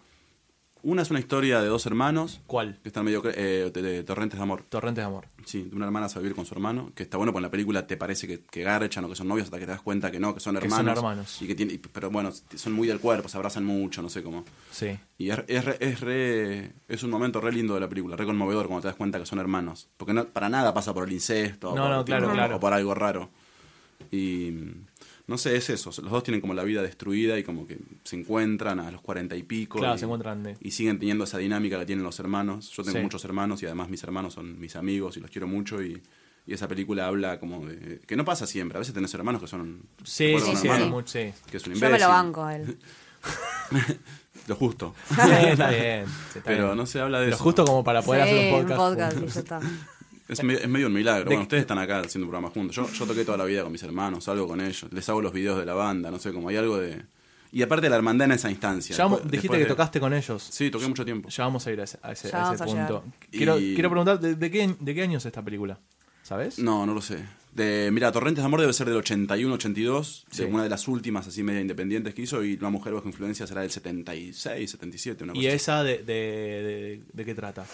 Una es una historia de dos hermanos
¿Cuál?
que están medio... cre- eh, de- de torrentes de amor.
Torrentes de amor.
Sí, de una hermana se va a vivir con su hermano, que está bueno, porque en la película te parece que, que garchan o que son novios hasta que te das cuenta que no, que son
Que
hermanos.
son hermanos.
Y que tiene, y- pero bueno, son muy del cuerpo, se abrazan mucho, no sé cómo.
Sí.
Y es, es, re- es, re- es un momento re lindo de la película, re conmovedor cuando te das cuenta que son hermanos. Porque no, para nada pasa por el incesto
No,
o, por,
no, claro,
o
claro.
por algo raro. Y mm, no sé, es eso. Los dos tienen como la vida destruida y como que se encuentran a los cuarenta y pico.
Claro,
y,
se encuentran de-
Y siguen teniendo esa dinámica que tienen los hermanos. Yo tengo
Sí.
muchos hermanos y además mis hermanos son mis amigos y los quiero mucho. Y, y esa película habla como de. que no pasa siempre. A veces tenés hermanos que son.
Sí,
bueno,
sí,
un
sí,
hermano
mucho, sí.
Que es un
Yo
imbécil.
me lo banco a él.
Lo justo.
Sí, está bien. sí, está
Pero
bien.
no se habla de
Lo
eso.
justo como para poder
Sí,
hacer un
un
podcast.
podcast y
juntos.
ya está.
Es, me- es medio un milagro.
De-
Bueno, ustedes están acá haciendo programas juntos. Yo, yo toqué toda la vida con mis hermanos, salgo con ellos, les hago los videos de la banda, no sé, como hay algo de... Y aparte la hermandad en esa instancia.
Ya vamos-
Después-
dijiste
después
que
de-
tocaste con ellos.
Sí, toqué mucho tiempo.
Ya vamos a ir a ese, a ese-
Ya
a ese
vamos a
punto.
llegar.
Quiero,
Y-
quiero preguntar, ¿de, de qué, ¿de qué año es esta película? ¿Sabes?
No, no lo sé. De, mira, Torrentes de Amor debe ser del 81, 82,
Sí.
de una de las últimas así media independientes que hizo, y La Mujer Bajo Influencia será del 76, 77, una cosa
¿Y
así.
esa de, de- de- de qué trata?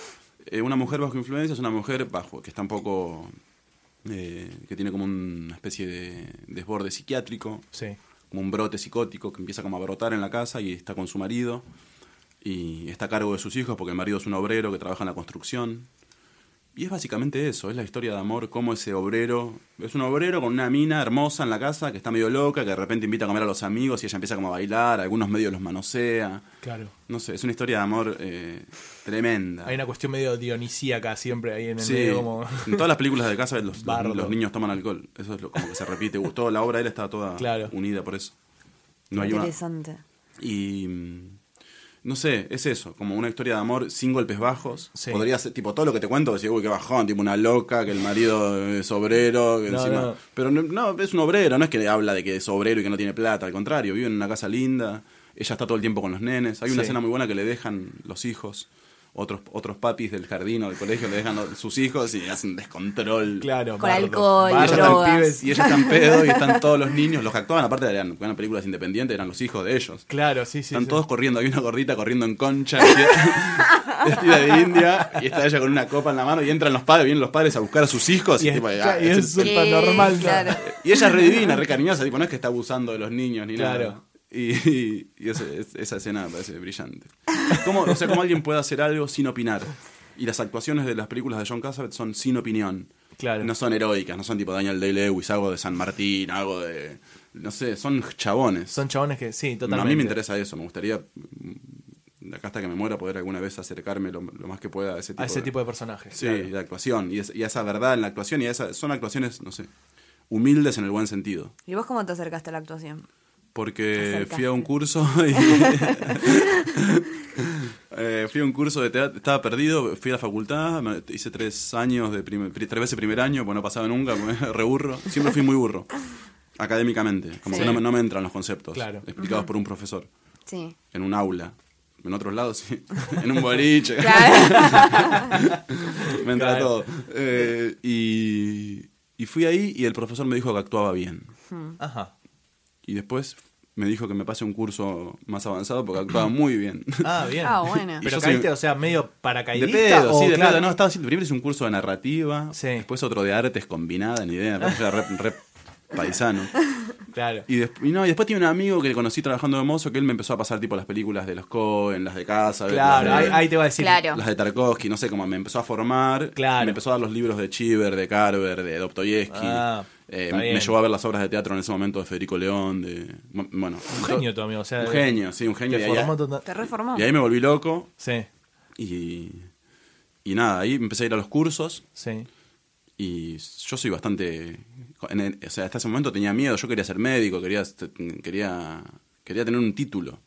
Eh, una mujer bajo influencia es una mujer bajo que está un poco... eh, que tiene como una especie de desborde psiquiátrico.
Sí.
como un brote psicótico que empieza como a brotar en la casa y está con su marido y está a cargo de sus hijos porque el marido es un obrero que trabaja en la construcción. Y es básicamente eso, es la historia de amor, cómo ese obrero, es un obrero con una mina hermosa en la casa que está medio loca, que de repente invita a comer a los amigos y ella empieza como a bailar, algunos medios los manosea.
Claro.
No sé, es una historia de amor eh, tremenda.
Hay una cuestión medio dionisíaca siempre ahí en el
Sí,
medio como...
en todas las películas de casa los,
Bardo.
los, los niños toman alcohol. Eso es lo, como que se repite. Toda la obra de él está toda
Claro.
unida por eso. No hay una,
Interesante.
y mm, no sé, es eso, como una historia de amor sin golpes bajos.
Sí.
Podría ser, tipo, todo lo que te cuento, decir, uy, qué bajón, tipo una loca, que el marido es obrero, que
No,
encima-
no.
Pero no, no, es un obrero, no es que habla de que es obrero y que no tiene plata, al contrario, vive en una casa linda, ella está todo el tiempo con los nenes, hay una
Sí.
escena muy buena que le dejan los hijos, otros, otros papis del jardín o del colegio le dejan a sus hijos y hacen descontrol.
Claro,
Con
bardo.
alcohol,
Y
Bardo.
ella está-
drogas.
Y ella está en pedo y están todos los niños, los que actuaban, aparte eran, eran películas independientes, eran los hijos de ellos.
Claro, sí, sí.
Están
sí.
todos corriendo, hay una gordita corriendo en concha, vestida- vestida de india, y está ella con una copa en la mano, y entran los padres, vienen los padres a buscar a sus hijos, y,
Y es,
tipo, ah,
y es
es-
súper normal. ¿no?
Claro.
y ella es re divina, re cariñosa, tipo, no es que está abusando de los niños ni nada.
Claro.
Y, y- y ese- es- esa escena me parece brillante. ¿Cómo, o sea, cómo alguien puede hacer algo sin opinar. Y las actuaciones de las películas de John Cassavetes son sin opinión.
Claro.
No son heroicas, no son tipo Daniel Day-Lewis, algo de San Martín, algo de... No sé, son chabones.
Son chabones que sí, totalmente.
A mí me interesa eso, me gustaría, mm, acá hasta que me muera, poder alguna vez acercarme lo, lo más que pueda a ese tipo
A ese tipo de personajes.
Sí,
claro.
de actuación, y, es- y a esa verdad en la actuación, y a esa, son actuaciones, no sé, humildes en el buen sentido.
¿Y vos cómo te acercaste a la actuación? Te
Porque
acercaste.
fui a un curso y... Eh, fui a un curso de teatro, estaba perdido, fui a la facultad, me- hice tres años, de primer- pri- tres veces primer año, pues no pasaba nunca, me reburro. Siempre fui muy burro, académicamente, como
Sí.
que no, me- no me entran los conceptos
Claro.
explicados por un profesor
Sí.
en un aula. En otros lados, sí. en un boliche.
Claro.
me entra
Claro.
todo. Eh, y, y fui ahí y el profesor me dijo que actuaba bien.
Ajá.
Y después me dijo que me pase un curso más avanzado porque actuaba muy bien.
Ah, bien.
Ah, bueno.
Y yo
Pero
soy-
caíste, o sea, medio
De
paracaidista.
pedo,
o
sí, de
Oh, claro,
pedo. No, estaba haciendo. Primero hice un curso de narrativa,
Sí.
después otro de artes combinada, ni idea, porque era re- re paisano.
Claro.
Y, desp- y no, y después tiene un amigo que conocí trabajando de mozo que él me empezó a pasar tipo las películas de los Cohen, las de casa.
Claro, ahí, ahí te va a decir.
Claro.
Las de Tarkovsky, no sé cómo me empezó a formar.
Claro.
Me empezó a dar los libros de Chiver, de Carver, de Dostoyevsky.
Ah,
Eh,
está
me
bien.
llevó a ver las obras de teatro en ese momento de Federico León, de. Bueno.
Un genio tu amigo, o sea.
Un genio, sí, un
te
genio. Y
formó
ahí,
total-
Te reformó.
y ahí me volví loco
Sí,
y. Y nada, ahí empecé a ir a los cursos
sí.
y yo soy bastante. en el- o sea, hasta ese momento tenía miedo, yo quería ser médico, quería, quería, quería tener un título.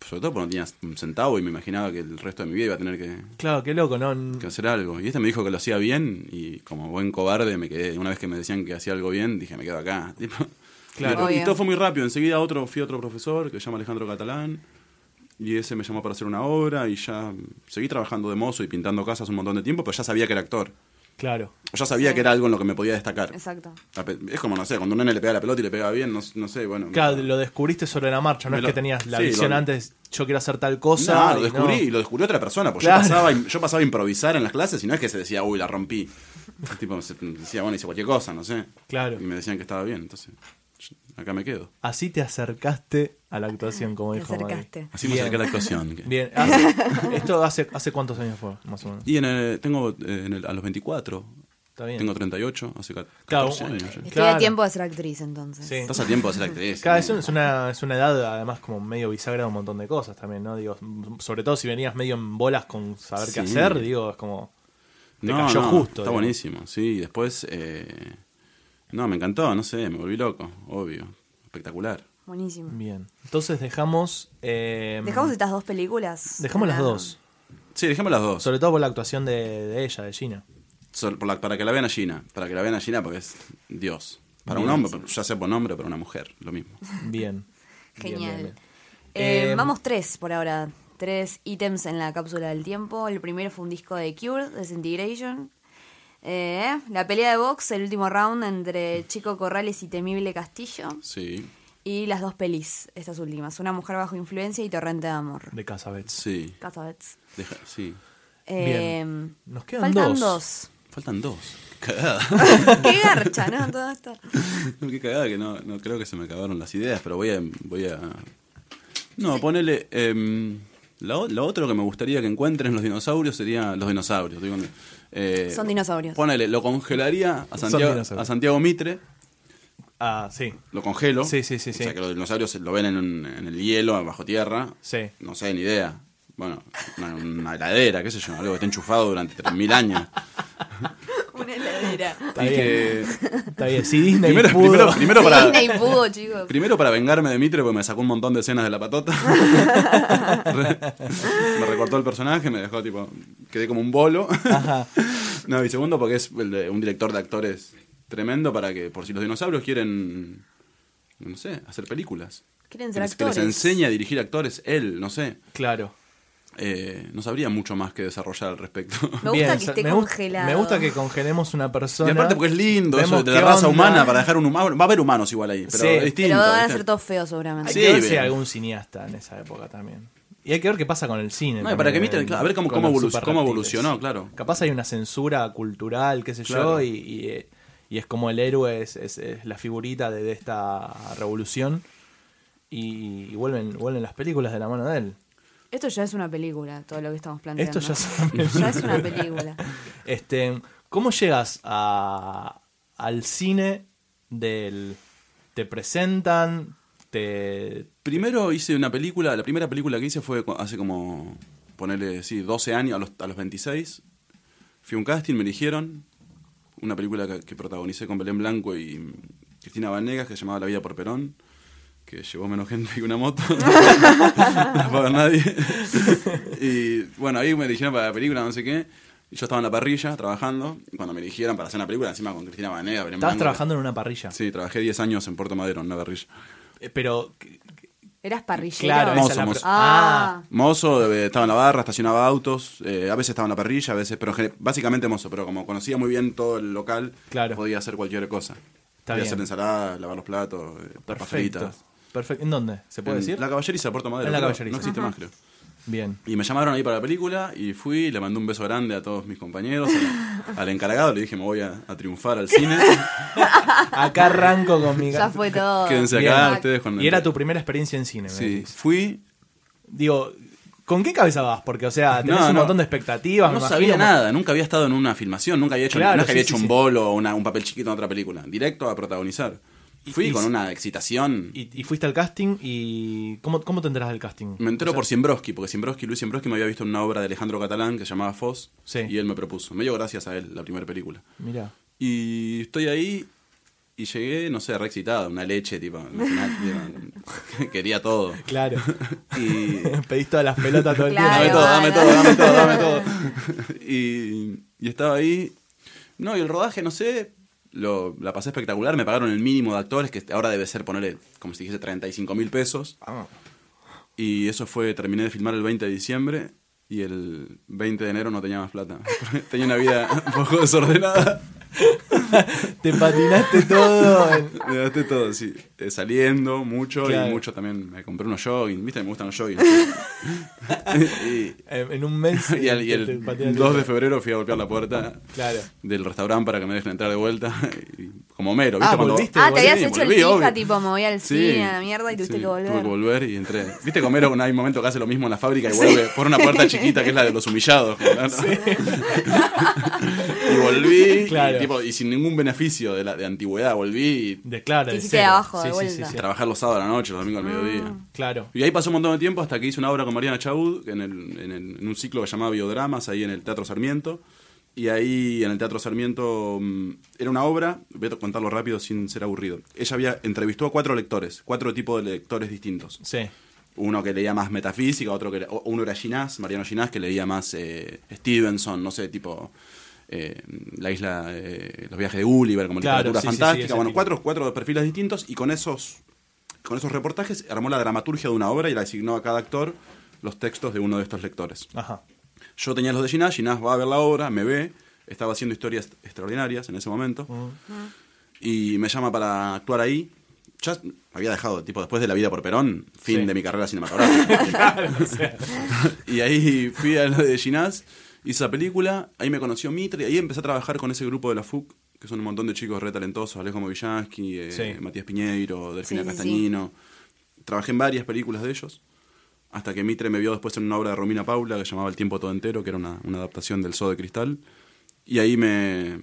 Sobre todo porque no tenía un centavo y me imaginaba que el resto de mi vida iba a tener que,
Claro, qué loco, ¿no?
que hacer algo. Y este me dijo que lo hacía bien y como buen cobarde me quedé. Una vez que me decían que hacía algo bien, dije, me quedo acá. tipo.
Claro.
Y,
Obvio.
todo fue muy rápido. Enseguida otro, fui a otro profesor que se llama Alejandro Catalán y ese me llamó para hacer una obra y ya seguí trabajando de mozo y pintando casas un montón de tiempo, pero ya sabía que era actor.
Claro.
O ya sabía que era algo en lo que me podía destacar.
Exacto.
La pe- Es como, no sé, cuando un nene le pega la pelota y le pega bien, no, no sé, bueno.
Claro, lo descubriste sobre la marcha, no
Me
es
lo-
que tenías la
sí,
visión
lo-
antes, yo quiero hacer tal cosa.
No, lo
y
descubrí y lo descubrió otra persona. Porque
Claro.
yo, pasaba, yo pasaba a improvisar en las clases y no es que se decía, uy, la rompí. tipo, se- decía, bueno, hice cualquier cosa, no sé.
Claro.
Y me decían que estaba bien, entonces yo- acá me quedo.
Así te acercaste a la actuación, como
Ah, Te
dijo Mari.
acercaste.
Así me
Bien.
acerqué a la actuación. que-
Bien, hace- esto hace, hace cuántos años fue, más o menos.
Y en el- tengo eh, en el- a los 24,
Está bien.
tengo 38, hace ca-
Claro,
14 años.
bueno.
Estoy
Claro.
a tiempo de ser actriz entonces.
Sí.
Estás a tiempo de ser actriz.
Cada vez
¿no?
es una, es una edad, además, como medio bisagra de un montón de cosas también, ¿no? Digo, sobre todo si venías medio en bolas con saber qué
Sí.
hacer, digo, es como. Te
No,
cayó
no,
justo.
Está
digo.
buenísimo, sí. y Después, eh, no, me encantó, no sé, me volví loco, obvio. Espectacular.
Buenísimo.
Bien. Entonces dejamos. eh,
Dejamos estas dos películas.
dejamos las
para-
dos.
Sí, dejemos las dos.
Sobre todo por la actuación de, de ella, de Gina.
Sol- por la- para que la vean a Gina. Para que la vean a Gina porque es Dios. Para un hombre, ya sea por hombre, para una mujer, lo mismo.
Bien. Bien,
Genial.
bien, bien.
Eh,
Eh,
vamos tres por ahora. Tres ítems en la cápsula del tiempo. El primero fue un disco de Cure, Desintegration. Eh, la pelea de box, el último round entre Chico Corrales y Temible Castillo.
Sí,
Y las dos pelis, estas últimas. Una mujer bajo influencia y torrente de amor.
De Casabets.
sí.
Casabets.
Deja- sí.
Eh,
Bien. Nos quedan
faltan
dos.
dos.
Faltan dos. Cagada.
Qué garcha, ¿no? Todo esto.
No, Qué cagada que no, no creo que se me acabaron las ideas, pero voy a. Voy a... No, ponele. em, lo, lo otro que me gustaría que encuentren los dinosaurios sería. Los dinosaurios. digo, eh,
Son dinosaurios.
Ponele, lo congelaría a Santiago,
dinosaurios.
a Santiago Mitre.
Ah, sí.
Lo congelo.
Sí, sí, sí,
O
sí.
sea que los dinosaurios se lo ven en, un- en el hielo, bajo tierra.
Sí.
No sé, ni idea. Bueno, una, una heladera, qué sé yo, algo que esté enchufado durante 3.000 años.
Una heladera.
Está
Y
bien.
que-
Está bien. Si Disney
primero,
pudo-
primero, primero para.
Disney pudo, chicos.
Primero para vengarme de Mitre, porque me sacó un montón de escenas de la patota. me recortó el personaje, me dejó tipo. Quedé como un bolo. no, y segundo, porque es el de- un director de actores tremendo para que, por si los dinosaurios quieren. No sé, hacer películas.
Quieren ser
Que les- Que les
actores.
enseñe a dirigir actores él, no sé.
Claro.
eh, no sabría mucho más que desarrollar al respecto.
Me gusta
Bien,
que
sa-
esté
me gust-
congelado.
Me gusta que congelemos una persona.
Y aparte porque es lindo eso
Vemos
de la
qué onda.
raza humana para dejar un humano. Va a haber humanos igual ahí, pero
Sí.
es distinto.
Pero van a
¿viste?
ser todos feos
Hay
seguramente.
Sí,
que ver
bien.
si hay algún cineasta en esa época también. Y hay que ver qué pasa con el cine.
No, y para que
también,
emiten, claro, a ver cómo-
con
cómo
los
evolu- cómo
superreptiles.
evolucionó, claro.
Capaz hay una censura cultural, qué sé
Claro.
yo, y, y, eh, y es como el héroe, es, es- es la figurita de, de esta revolución. Y, y vuelven, vuelven las películas de la mano de él.
Esto ya es una película, todo lo que estamos planteando.
Esto ya es una película.
Ya es una película.
Este, ¿Cómo llegas a- al cine del... Te presentan, te...
Primero hice una película, la primera película que hice fue cu- hace como, ponerle, sí, 12 años, a los, a los 26. Fui a un casting, me eligieron. Una película que, que protagonicé con Belén Blanco y Cristina Vanegas que se llamaba La vida por Perón, que llevó menos gente que una moto. no la paga nadie. y bueno, ahí me eligieron para la película, no sé qué. Y Yo estaba en la parrilla trabajando. y Cuando me eligieron para hacer una película, encima con Cristina Vanegas, Belén
Estabas
Blanco,
trabajando en una parrilla.
Mm. Sí, trabajé 10 años en Puerto Madero, en una parrilla.
Eh, Pero, c-
Eras parrillero.
claro, esa
Mozo,
es la...
mozo.
Ah,
Mozo, eh, estaba en la barra, estacionaba autos, eh, a veces estaba en la parrilla, a veces, pero en gen- básicamente mozo, pero como conocía muy bien todo el local,
Claro.
podía hacer cualquier cosa.
Está
podía
bien.
hacer ensalada, lavar los platos, eh, papas
Perfecto.
fritas.
Perfecto. ¿En dónde? ¿Se puede
En
decir?
La caballeriza de Puerto Madero.
En la
creo.
Caballeriza.
No existe más, creo.
Bien.
Y me llamaron ahí para la película y fui, le mandé un beso grande a todos mis compañeros, al, al encargado, le dije me voy a, a triunfar al cine.
Acá arranco con mi...
ya fue todo.
Quédense
Bien.
acá ustedes con
Y era tu primera experiencia en cine, me
Sí,
decís.
fui,
Digo, ¿con qué cabeza vas? Porque, o sea, Ah, tenés
No,
un
no.
montón de expectativas.
No
me
sabía
imagino.
nada, nunca había estado en una filmación, nunca había hecho,
Claro,
nunca había
sí,
hecho
sí, sí.
un bolo o una- un papel chiquito en otra película, directo a protagonizar. Fui
y
con
si-
una excitación.
Y, y fuiste al casting y... ¿Cómo, cómo te enterás del casting?
me
O
entero
sea,
por Siembroski, porque Siembroski, Luis Siembroski me había visto en una obra de Alejandro Catalán que se llamaba Foz,
Sí.
y él me propuso. Me dio gracias a él la primera película.
Mirá.
Y estoy ahí y llegué, no sé, re excitada, una leche, tipo, imagínate, tipo, quería todo.
Claro.
Y
Pedís todas las pelotas todo el
Claro.
dame
tiempo.
todo, dame
bueno.
todo, dame todo, dame todo. y, y estaba ahí. No, y el rodaje, no sé, lo, la pasé espectacular. Me pagaron el mínimo de actores, que ahora debe ser ponerle, como si dijese, 35 mil pesos. Y eso fue, terminé de filmar el 20 de diciembre. Y el 20 de enero no tenía más plata. tenía una vida un poco desordenada.
Te patinaste todo. en-
Me gasté todo, sí. Eh, saliendo mucho
Claro.
y mucho también. Me compré unos jogging. ¿Viste? Me gustan los jogging. y,
En, en un mes.
y al- y
te- te
el
patinaste
2 de
todo.
febrero fui a golpear la puerta
Claro.
del restaurante para que me dejen entrar de vuelta. y como mero, ¿viste?
Ah,
Cuando-
volviste.
Ah, te habías
Sí,
hecho
volví,
el pija,
obvio.
tipo, me voy al
Sí,
cine, a la mierda, y tuviste
sí,
que volver.
Tuve que volver y entré. ¿Viste con Mero? Hay un momento que hace lo mismo en la fábrica y vuelve por una puerta chiquita que es la de los humillados. como, ¿no? y volví.
Claro.
Y, tipo, y sin ningún beneficio de, la, de antigüedad, volví.
De, claro,
Te
de
hiciste
cero.
abajo, de
Sí, sí, sí,
vuelta.
Y
sí.
trabajar los sábados a la noche, los domingos al mediodía.
Ah.
Claro.
Y ahí pasó un montón de tiempo hasta que hice una obra con Mariana Chaud en, el- en el- en un ciclo que se llamaba Biodramas, ahí en el Teatro Sarmiento. Y ahí en el Teatro Sarmiento mm, era una obra, voy a contarlo rápido sin ser aburrido. Ella había entrevistó a cuatro lectores, cuatro tipos de lectores distintos.
Sí.
Uno que leía más metafísica, otro que le- o- uno era Ginás, Mariano Ginás, que leía más eh, Stevenson, no sé, tipo eh, la isla, eh, los viajes de Gulliver, como
Claro,
literatura
sí, sí, sí,
fantástica.
ese
bueno,
tipo.
cuatro, cuatro perfiles distintos y con esos, con esos reportajes armó la dramaturgia de una obra y la asignó a cada actor los textos de uno de estos lectores.
Ajá.
Yo tenía los de Ginás, Ginás va a ver la obra, me ve, estaba haciendo historias extraordinarias en ese momento, y me llama para actuar ahí. Ya había dejado, tipo, después de la vida por Perón, fin
Sí.
de mi carrera cinematográfica. y ahí fui a lo de Ginás, hice esa película, ahí me conoció Mitre, y ahí empecé a trabajar con ese grupo de la FUC, que son un montón de chicos re talentosos, Alejo Movillansky, eh,
Sí.
Matías Piñeiro, Delfina
Sí, sí, sí.
Castañino. Trabajé en varias películas de ellos. Hasta que Mitre me vio después en una obra de Romina Paula que se llamaba El tiempo todo entero, que era una, una adaptación del Zoo de Cristal. Y ahí me,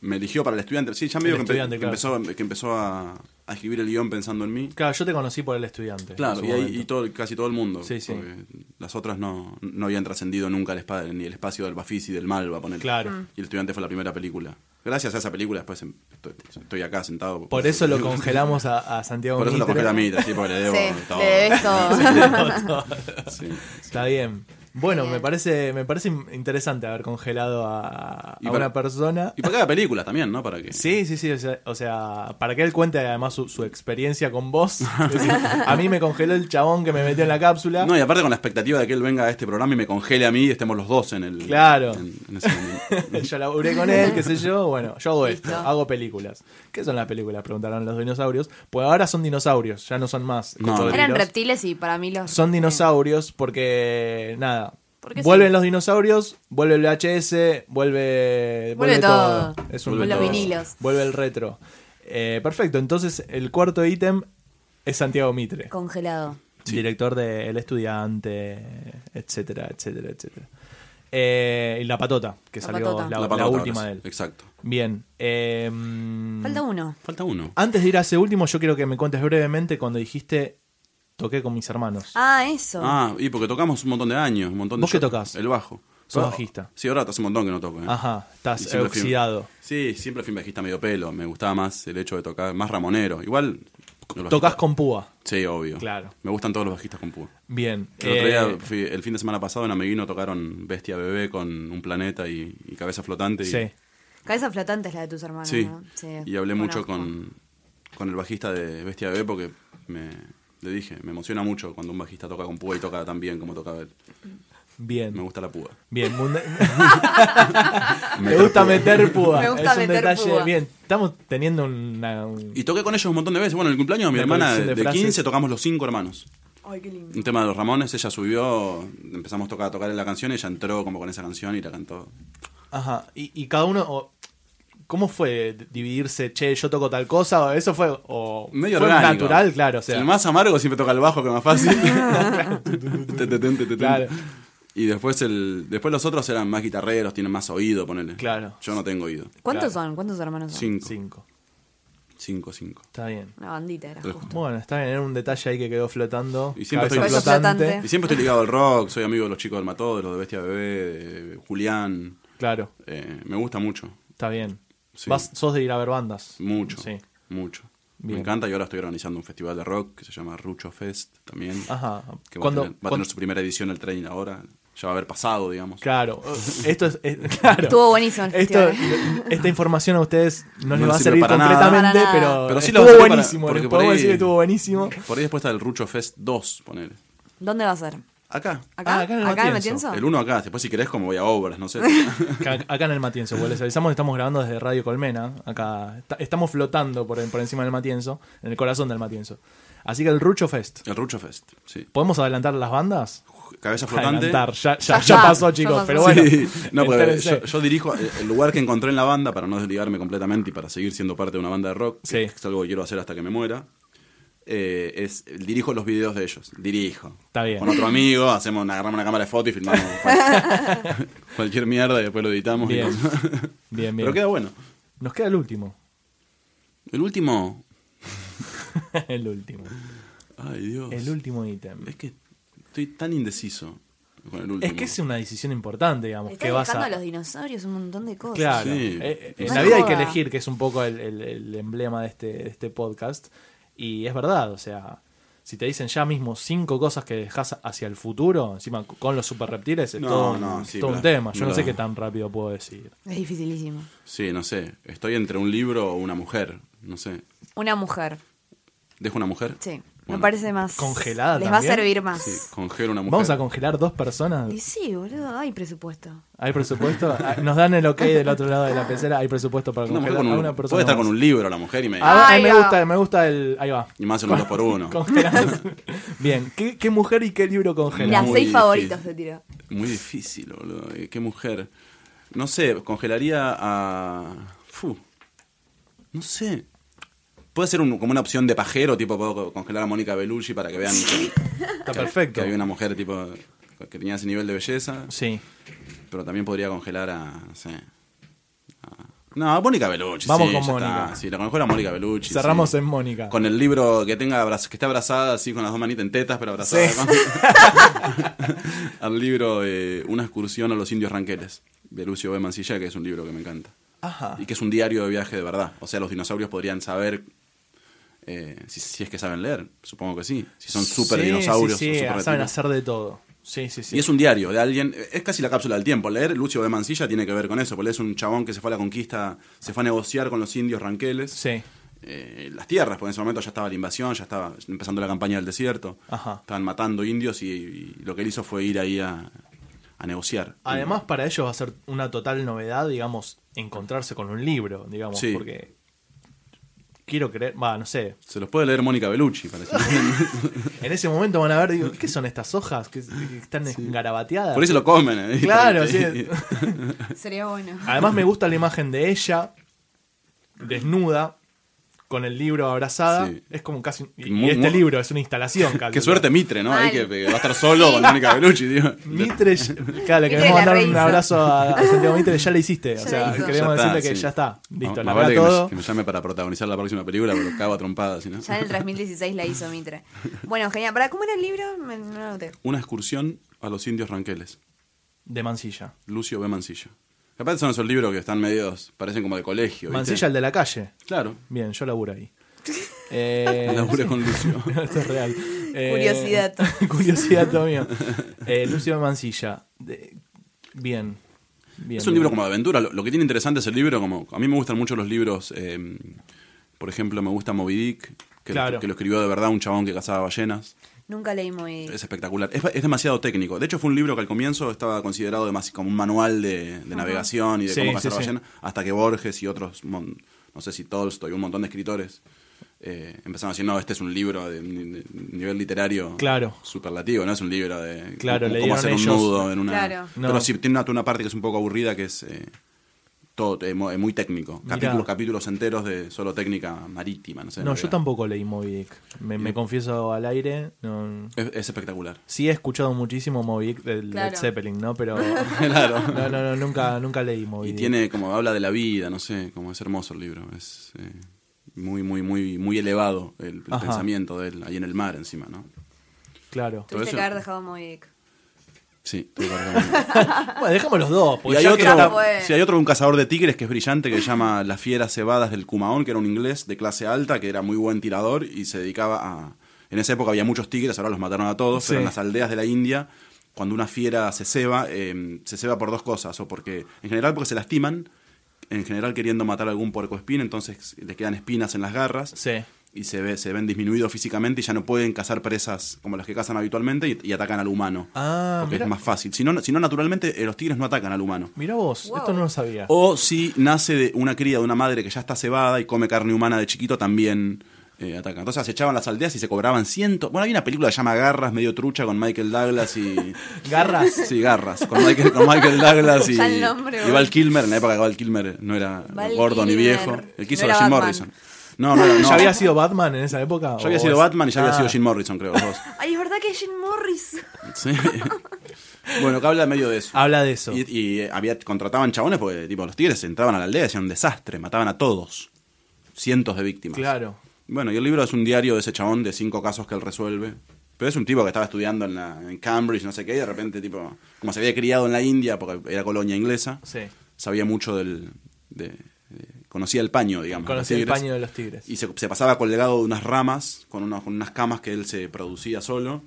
me eligió para el estudiante. Sí, ya medio
El
que, empe-
estudiante,
que
claro.
empezó, que empezó a, a escribir el guión pensando en mí.
Claro, yo te conocí por el estudiante. en
Claro,
su
y, ahí-
momento.
y todo, casi todo el mundo.
Sí, sí.
porque Las otras no, no habían trascendido nunca el espa- ni el espacio del Bafisi, del Malva, poner.
Claro. Mm.
Y el estudiante fue la primera película. Gracias a esa película, después em- estoy, estoy acá sentado.
Por eso lo congelamos a, a Santiago
Por eso lo
Mitre.
congelé a Mitre, sí, porque le debo
Sí,
todo.
le debes todo.
Sí.
Está bien. Bueno,
Bien.
me parece, me parece interesante haber congelado a,
Y
a
para-
una persona.
Y para cada película también, ¿no? Para que...
Sí, sí, sí. O sea, o sea, para que él cuente además su, su experiencia con vos. Es decir, a mí me congeló el chabón que me metió en la cápsula.
No, y aparte con la expectativa de que él venga a este programa y me congele a mí y estemos los dos en el.
Claro.
En, en ese momento.
Yo laburé con él, qué sé yo. Bueno, yo hago esto,
Listo.
hago películas. ¿Qué son las películas? Preguntaron los dinosaurios. Pues ahora son dinosaurios, ya no son más.
No.
cocodrilos.
Eran
Eran reptiles y para mí los. eh,
Son dinosaurios porque, nada,
Porque
vuelven
sí.
los dinosaurios, vuelve el VHS, vuelve, vuelve,
todo.
todo. Es un
Vuelve
todo.
los
vinilos.
Vuelve el retro. Eh, perfecto, entonces el cuarto ítem es Santiago Mitre,
Congelado.
director de El Estudiante, etcétera, etcétera, etcétera. Eh, y La Patota, que
La
salió
Patota.
la-
La
La,
patata,
última
ahora
de
sí.
él.
Exacto.
Bien. em,
Falta uno.
Falta uno.
Ah,
antes de ir a ese último, yo quiero que me cuentes brevemente cuando dijiste toqué con mis hermanos.
Ah, eso.
Ah, y porque tocamos un montón de años, un montón de
¿Vos qué
yo-
tocás?
El bajo.
Sos
Ah,
bajista.
Sí, ahora hace un montón que no toco. ¿eh?
Ajá,
Y
estás
siempre fui-
oxidado.
Sí, siempre fui un bajista medio pelo. Me gustaba más el hecho de tocar, más ramonero. Igual. los
Tocas
bajistas-
con púa.
Sí, obvio.
Claro.
Me gustan todos los bajistas con púa.
Bien.
El otro día,
eh,
fui- el fin de semana pasado en Ameguino tocaron Bestia Bebé con un planeta y, y cabeza flotante. y-
sí.
Cabeza flotante es la de tus hermanos.
Sí.
¿no?
Y hablé mucho
Conozco.
con, con el bajista de Bestia Bebé porque me, le dije, me emociona mucho cuando un bajista toca con púa y toca tan bien como tocaba él. Me
Bien.
gusta la púa.
Bien. munda- Me gusta meter púa.
Me gusta
es un
meter
detalle.
púa.
Bien. Estamos teniendo una. un-
Y toqué con ellos un montón de veces. Bueno, en el cumpleaños de mi
Una
hermana
colección
de,
de
de
frases.
15 tocamos los cinco hermanos.
Ay, qué lindo.
Un tema de los Ramones, ella subió, empezamos a tocar, a tocar la canción y ella entró como con esa canción y la cantó.
Ajá. Y, y cada uno. o- ¿Cómo fue dividirse? Che, yo toco tal cosa. O eso fue. O,
Medio
fue
orgánico.
natural, claro. O sea,
El más amargo siempre toca el bajo, que es más fácil. Te, te, te, te, te.
Claro.
Y después el después los otros eran más guitarreros, tienen más oído, ponele.
Claro.
Yo no tengo oído.
¿Cuántos son? ¿Cuántos hermanos son?
Cinco.
Cinco.
Cinco, cinco.
Está bien.
Una bandita era
Tres
justo.
Bueno, está bien. Era un detalle ahí que quedó flotando.
Y siempre
Cabeza
estoy-
Cabeza flotante.
Y siempre estoy ligado al rock, soy amigo de los chicos del Mató, de los de Bestia Bebé, de Julián.
Claro.
Eh, me gusta mucho,
Está bien.
Sí.
Vas, sos de ir a ver bandas.
mucho,
Sí.
mucho.
Bien.
Me encanta y ahora estoy organizando un festival de rock que se llama Rucho Fest también.
Ajá.
Que va, a
Cuando-
tener, va a tener
cuando-
su primera edición el tren ahora. Ya va a haber pasado, digamos.
Claro, esto es, es- claro.
Estuvo buenísimo el
Esto,
festival.
esta información a ustedes no,
No
les va a
les sirve
servir
para nada.
completamente,
Para nada.
pero,
Pero sí la
estuvo
usé para-
buenísimo.
porque
les
por
podemos
ahí-
decir que estuvo buenísimo.
Por ahí después está el Rucho Fest 2, ponele.
¿Dónde va a ser?
Acá.
¿Acá?
Ah, acá en el
¿Acá en
Matienzo.
Matienzo?
El 1 acá. Después si querés como voy a obras, no sé.
Acá- Acá en el Matienzo, pues les avisamos, estamos grabando desde Radio Colmena. Acá Está- estamos flotando por, por encima del Matienzo, en el corazón del Matienzo. Así que el Rucho Fest.
el Rucho Fest, sí.
¿Podemos adelantar las bandas?
Cabeza flotante.
Adelantar, ya, ya,
Ya
ya
está,
pasó,
ya
chicos,
pasó.
pero bueno.
Sí. No, porque
espérense.
yo, yo dirijo el el lugar que encontré en la banda para no desligarme completamente y para seguir siendo parte de una banda de rock, que
Sí.
es algo que quiero hacer hasta que me muera. eh, es dirijo los videos de ellos. Dirijo.
Está bien.
Con otro amigo, hacemos una- agarramos una cámara de fotos y filmamos cual- cualquier mierda y después lo editamos. y
Bien.
no-
Bien, bien.
Pero queda bueno.
Nos queda el último.
El último.
el último.
Ay, Dios.
El último ítem.
Es que estoy tan indeciso con el último.
Es que es una decisión importante, digamos.
Estás
Que vas
dejando
a...
a los dinosaurios un montón de cosas.
Claro.
Sí.
Eh, eh,
No
en la vida hay que
joda.
elegir, que es un poco el, el- el emblema de este, de este podcast. Y es verdad, o sea, si te dicen ya mismo cinco cosas que dejas hacia el futuro, encima con los super reptiles, es
No,
todo, un-
no, sí,
todo un
bla,
tema. Yo no
bla.
sé qué tan rápido puedo decir.
Es dificilísimo.
Sí, no sé. Estoy entre un libro o una mujer. No sé.
Una mujer.
¿Dejo una mujer?
Sí. Me
Bueno,
parece más.
Congelada
Les va
también.
a servir más.
Sí, congelo una mujer.
Vamos a congelar dos personas.
Y sí, boludo, hay presupuesto.
¿Hay presupuesto? Ah, Nos dan el ok del otro lado de la pecera. ¿Hay presupuesto para
Una mujer
congelar
con
a
un-
una persona?
puede estar con
más?
un libro la mujer y me
Ah,
Ahí
ahí me
va.
gusta, me gusta el. Ahí va.
y más en un dos por uno.
Congelás. Bien, ¿Qué, qué mujer y qué libro congelas?
Las
muy
seis
difícil.
favoritos te tiró.
Muy difícil, boludo. Eh, Qué mujer. No sé, congelaría a. Fu. No sé. Puede ser un- como una opción de pajero, tipo, puedo co- congelar a Mónica Bellucci para que vean que,
Está
que
perfecto.
había una mujer tipo que tenía ese nivel de belleza.
Sí.
Pero también podría congelar a. No sé. a- No, a Mónica Bellucci.
Vamos
sí,
con
ya está.
Mónica.
Sí, la congelo a Mónica Bellucci.
Cerramos
sí.
en Mónica.
Con el libro que tenga abraz- que está abrazada así con las dos manitas en tetas, pero abrazada.
Sí.
Al libro de Una excursión a los indios ranqueles, de Lucio B. Mancilla, que es un libro que me encanta.
Ajá.
Y que es un diario de viaje de verdad. O sea, los dinosaurios podrían saber. eh, si, si es que saben leer, supongo que sí. Si son
Sí,
super dinosaurios.
Sí, sí,
super
saben
reptiles.
hacer de todo. Sí, sí, sí.
Y es un diario de alguien, es casi la cápsula del tiempo. Leer Lucio de Mansilla tiene que ver con eso, porque es un chabón que se fue a la conquista, se fue a negociar con los indios ranqueles.
Sí.
eh, las tierras, porque en ese momento ya estaba la invasión, ya estaba empezando la campaña del desierto.
Ajá.
Estaban matando indios y, y lo que él hizo fue ir ahí a, a negociar.
Además, para ellos va a ser una total novedad, digamos, encontrarse con un libro, digamos,
Sí.
porque quiero creer, va, no sé.
Se los puede leer Mónica Bellucci, parece.
En ese momento van a ver, digo, ¿qué son estas hojas que, que están garabateadas?
Por eso lo comen. eh.
Claro, sí.
Sería bueno.
Además me gusta la imagen de ella desnuda con el libro abrazada,
Sí.
es como casi y, y
Muy-
este
muy-
libro es una instalación casi.
Qué suerte Mitre, ¿no? Ahí que,
Mal.
que va a estar solo con Mónica Bellucci, tío.
Mitre, claro,
Mitre
le queremos
la
mandar un
rehizo.
abrazo a, a Santiago Mitre, ya le hiciste. O
la
sea,
hizo.
queremos
Ya está,
decirle que
sí.
ya está. Listo,
Más
la
vale que me-
todo.
que me llame para protagonizar la próxima película, pero lo cago a trompadas, ¿sí, ¿no?
Ya en el 2016 la hizo Mitre. Bueno, genial. ¿Para cómo era el libro? Me- no lo noté.
Una excursión a los indios ranqueles.
De Mansilla.
Lucio B. Mansilla. Capaz son esos libros que están medios, parecen como de colegio. ¿viste?
Mansilla, el de la calle.
Claro.
Bien, yo laburo ahí. Eh,
Labure con Lucio.
esto es real. Eh,
Curiosidad.
curiosidad todo mío. Eh, Lucio de Mansilla. De- bien, bien.
Es un libro como de aventura. Lo, lo que tiene interesante es el libro, como a mí me gustan mucho los libros, eh, por ejemplo, me gusta Moby Dick, que,
Claro.
lo, que lo escribió de verdad un chabón que cazaba ballenas.
Nunca leí muy.
Es espectacular. Es, es demasiado técnico. De hecho, fue un libro que al comienzo estaba considerado demasi- como un manual de, de navegación y de
Sí,
cómo cazar
sí, sí.
ballenas, hasta que Borges y otros, mon- no sé si Tolstoy, un montón de escritores. eh, empezaron a decir, no, este es un libro de, de- de nivel literario
Claro.
superlativo, no es un libro de
Claro,
cómo,
le
cómo
dieron
hacer un
ellos-
nudo en una...
Claro.
No.
Pero sí, tiene una, una parte que es un poco aburrida, que es eh, todo eh, mo- eh, muy técnico.
Mirá.
Capítulos, capítulos enteros de solo técnica marítima. No, sé,
No,
navega-
yo tampoco leí Moby Dick. Me, me confieso al aire. No,
Es, es espectacular.
sí he escuchado muchísimo Moby Dick del
Claro.
Led Zeppelin, ¿no? Pero
Claro.
no, no, no, nunca, nunca leí Moby
Y
Dick.
tiene como habla de la vida, no sé, como es hermoso el libro. Es eh, muy, muy, muy, muy elevado el, el
Ajá.
pensamiento de él ahí en el mar encima, ¿no?
Claro.
todo
Tuviste
eso-
que haber dejado Moby Dick.
Sí, estoy correcto.
Bueno, dejamos los dos.
Y
Porque
hay
pues ya que
otro,
está-
fue.
sí, hay otro de un cazador de tigres que es brillante, que se llama Las fieras cebadas del Cumaón, que era un inglés de clase alta, que era muy buen tirador y se dedicaba a... En esa época había muchos tigres, ahora los mataron a todos,
Sí.
pero en las aldeas de la India, cuando una fiera se ceba, eh, se ceba por dos cosas, o porque, en general porque se lastiman, en general queriendo matar algún puercoespín, entonces les quedan espinas en las garras,
Sí.
y se, ve, se ven disminuidos físicamente y ya no pueden cazar presas como las que cazan habitualmente y, y atacan al humano.
Ah,
porque
mirá.
es más fácil. Si no, si no, naturalmente, eh, los tigres no atacan al humano.
Mira vos,
Wow.
esto no lo sabía.
O si nace de una cría de una madre que ya está cebada y come carne humana de chiquito, también eh, atacan. Entonces acechaban las aldeas y se cobraban cientos. Bueno, hay una película que se llama Garras, medio trucha, con Michael Douglas y.
Garras.
Sí, Garras. Con Michael, con Michael Douglas y,
Ya el nombre,
y
boludo.
Val Kilmer. En la época que Val Kilmer no era
Val
gordo ni
Kilmer.
viejo. El que hizo
No
de
era
Jim
Batman.
Morrison. No, no, era- no.
¿Ya había sido Batman en esa época?
Yo había sido Batman y ya
Ah.
había sido Jim Morrison, creo, los dos.
Ay, es verdad que es Jim Morris.
Sí. bueno, que habla medio de eso.
Habla de eso.
Y, y, eh, había, contrataban chabones porque tipo, los tigres entraban a la aldea, hacían un desastre, mataban a todos. Cientos de víctimas.
Claro.
Bueno, y el libro es un diario de ese chabón de cinco casos que él resuelve. Pero es un tipo que estaba estudiando en, la- en Cambridge, no sé qué, y de repente, tipo, como se había criado en la India, porque era colonia inglesa,
Sí.
sabía mucho del... de- de- conocía el paño, digamos. de los
Conocí el
tigres.
paño de los tigres.
Y se, se pasaba colgado de unas ramas, con, unos- con unas camas que él se producía solo.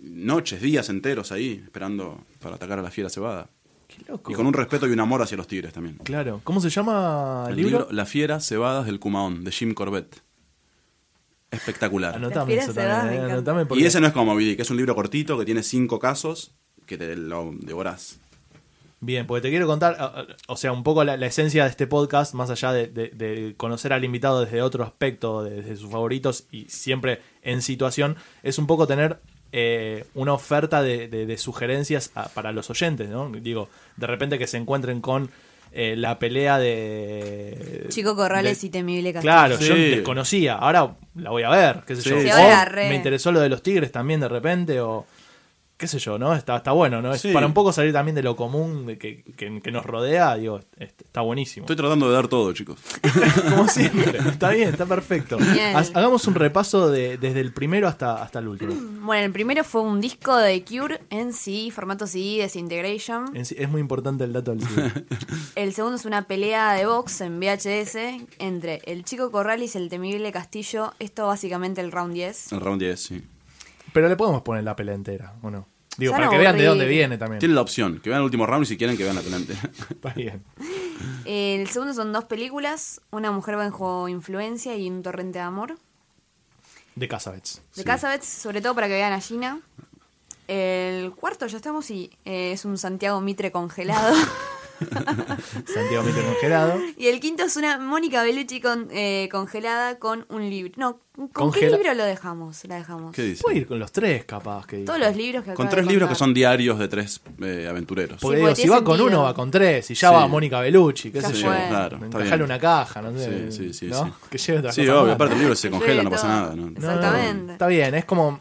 Noches, días enteros ahí, esperando para atacar a la fiera cebada.
Qué loco.
Y con un respeto y un amor hacia los tigres también.
Claro. ¿Cómo se llama el,
El
libro?
libro La fiera cebadas del Cumaón, de Jim Corbett. Espectacular.
Anotame
Fiera
eso
Cebada,
también.
me
eh,
encanta.
anotame porque-
Y ese no es como Moby Dick, es un libro cortito que tiene cinco casos que te lo devorás.
Bien, porque te quiero contar, ah, ah, o sea, un poco la, la esencia de este podcast, más allá de, de- de conocer al invitado desde otro aspecto, de- desde sus favoritos y siempre en situación, es un poco tener eh, una oferta de, de- de sugerencias a- para los oyentes, ¿no? Digo, de repente que se encuentren con eh, la pelea de...
Chico Corrales
de-
y Temible Castillo.
Claro, yo
Sí.
desconocía, ahora la voy a ver, qué sé yo.
Sí,
Sí,
O
ahora re.
me interesó lo de los tigres también de repente, o qué sé yo, ¿no? Está, está bueno, ¿no? Es
Sí.
para un poco salir también de lo común de que, que- que nos rodea, digo, es- está buenísimo.
Estoy tratando de dar todo, chicos.
Como siempre, está bien, está perfecto.
Genial.
Ha- Hagamos un repaso de- desde el primero hasta, hasta el último.
Bueno, el primero fue un disco de Cure en sí, formato CD, Desintegration.
En sí- es muy importante el dato del tigre.
El segundo es una pelea de box en VHS entre el Chico Corrales y el Temible Castillo. Esto básicamente el round 10.
El round 10, sí.
Pero le podemos poner la pelea entera, ¿o no? Digo,
Ya
para
no,
que vean de dónde
horrible.
viene también.
Tienen la opción, que vean el último round y si quieren que vean la penante.
Está bien.
El segundo son dos películas, Una mujer bajo influencia y Un torrente de amor.
De Casabets.
De Casabets, sobre todo para que vean a Gina. El cuarto ya estamos y eh, es un Santiago Mitre congelado.
Santiago Mitre congelado.
y el quinto es una Mónica Bellucci con, eh, congelada con un libro. No, ¿con qué
Congela-
libro lo dejamos? La dejamos.
¿Qué dice?
Puede ir con los tres, capaz. Que
Todos los libros que
Con
acabo
tres
de
libros que
contar.
son diarios de tres eh, aventureros.
Porque
Sí,
Pues digo,
porque
si
tiene
va con
sentido.
uno, va con tres. Y ya
Sí.
va Mónica Bellucci, qué
Ya
sé
Sí,
yo.
fue.
claro, está
Encajale
bien.
una caja, no sé.
Sí, sí, sí,
¿no?
sí.
Que lleve otra
Sí,
cosa
obvio,
más.
aparte el libro se congela, no
todo.
pasa nada. ¿no?
No, no, no.
Exactamente.
Está bien, es como.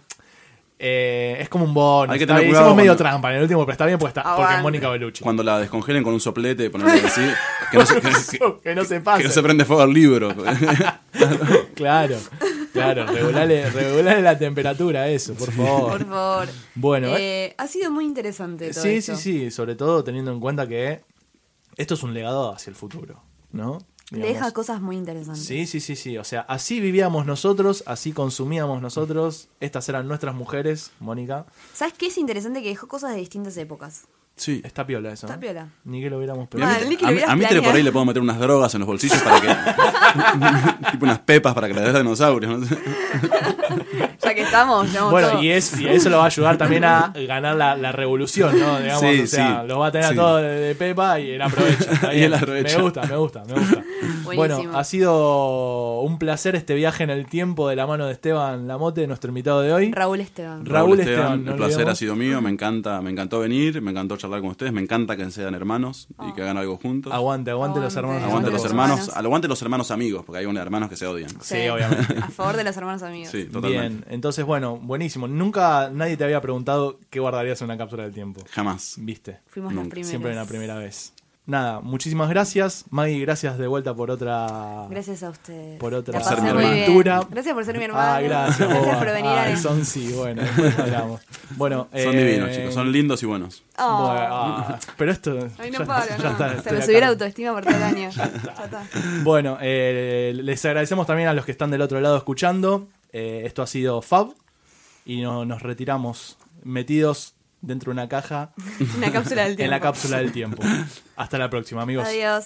eh, es como un bono.
Hay que
está
tener
bien,
cuidado
Hicimos medio
cuando-
trampa en el último, pero está bien porque, está, porque es
Aguante.
Mónica Bellucci.
Cuando la descongelen con un soplete, ponerle así, que no se, que,
que no se
que
pase.
no se prende fuego al libro.
Claro, claro. Regulale, regulale la temperatura a eso, por favor.
Por favor.
Bueno, eh,
Eh, ha sido muy interesante. Todo
sí,
esto.
sí, sí. Sobre todo teniendo en cuenta que esto es un legado hacia el futuro, ¿no? Digamos.
Deja cosas muy interesantes.
Sí, sí, sí, sí. O sea, así vivíamos nosotros, así consumíamos nosotros. Estas eran nuestras mujeres, Mónica.
¿Sabes qué es interesante? Que dejó cosas de distintas épocas.
Sí.
Está piola eso.
Está
¿eh?
piola.
Ni que lo hubiéramos
Y a mí-
Mal,
pensado.
ni que
a
lo
mí-
hubieras
a mí te- por ahí
planeado.
le puedo meter unas drogas en los bolsillos para que. tipo unas pepas para que le des a dinosaurios. ¿no?
Ya que estamos, llevamos
Bueno,
todo.
y, es, y eso lo va a ayudar también a ganar la, la revolución, ¿no? Digamos,
Sí,
o sea,
sí,
los va a tener a
sí.
todos de, de Pepa y él aprovecha. está
Y
bien.
él aprovecha.
Me gusta, me gusta, me gusta. Bueno,
Buenísimo.
ha sido un placer este viaje en el tiempo de la mano de Esteban Lamote, nuestro invitado de hoy.
Raúl Esteban.
Raúl Esteban, no
el placer
olvidemos.
ha sido mío, me encanta, me encantó venir, me encantó charlar con ustedes, me encanta que sean hermanos y que hagan algo juntos.
Aguante, aguante los hermanos.
Ah.
Aguante
Aguante
los
los
hermanos,
hermanos.
aguante los hermanos amigos, porque hay unos hermanos que se odian.
Sí, obviamente.
A favor de los hermanos amigos.
Sí, totalmente.
Bien, entonces bueno, buenísimo. Nunca nadie te había preguntado qué guardarías en una cápsula del tiempo.
Jamás.
Viste,
Fuimos
Nunca.
las primeras.
siempre una primera vez. Nada, muchísimas gracias. Maggie, gracias de vuelta por otra...
Gracias a ustedes.
Por otra
La pasé
Por ser mi
muy bien.
aventura.
Gracias por ser mi hermano.
Ah, gracias.
Gracias
boba.
por venir
Ay,
a
son sí, bueno, después hablamos. Bueno,
Son
eh,
divinos, chicos, son lindos y buenos.
Oh.
bueno, ah, pero esto.
Ay, no
ya-
paro,
ya
no.
está,
Se
estoy
me
acá.
subió la autoestima por todo el año. Ya está.
Bueno, eh, les agradecemos también a los que están del otro lado escuchando. Eh, esto ha sido Fab y no- nos retiramos metidos dentro de una caja
Una cápsula del tiempo.
en la cápsula del tiempo. Hasta la próxima, amigos.
Adiós.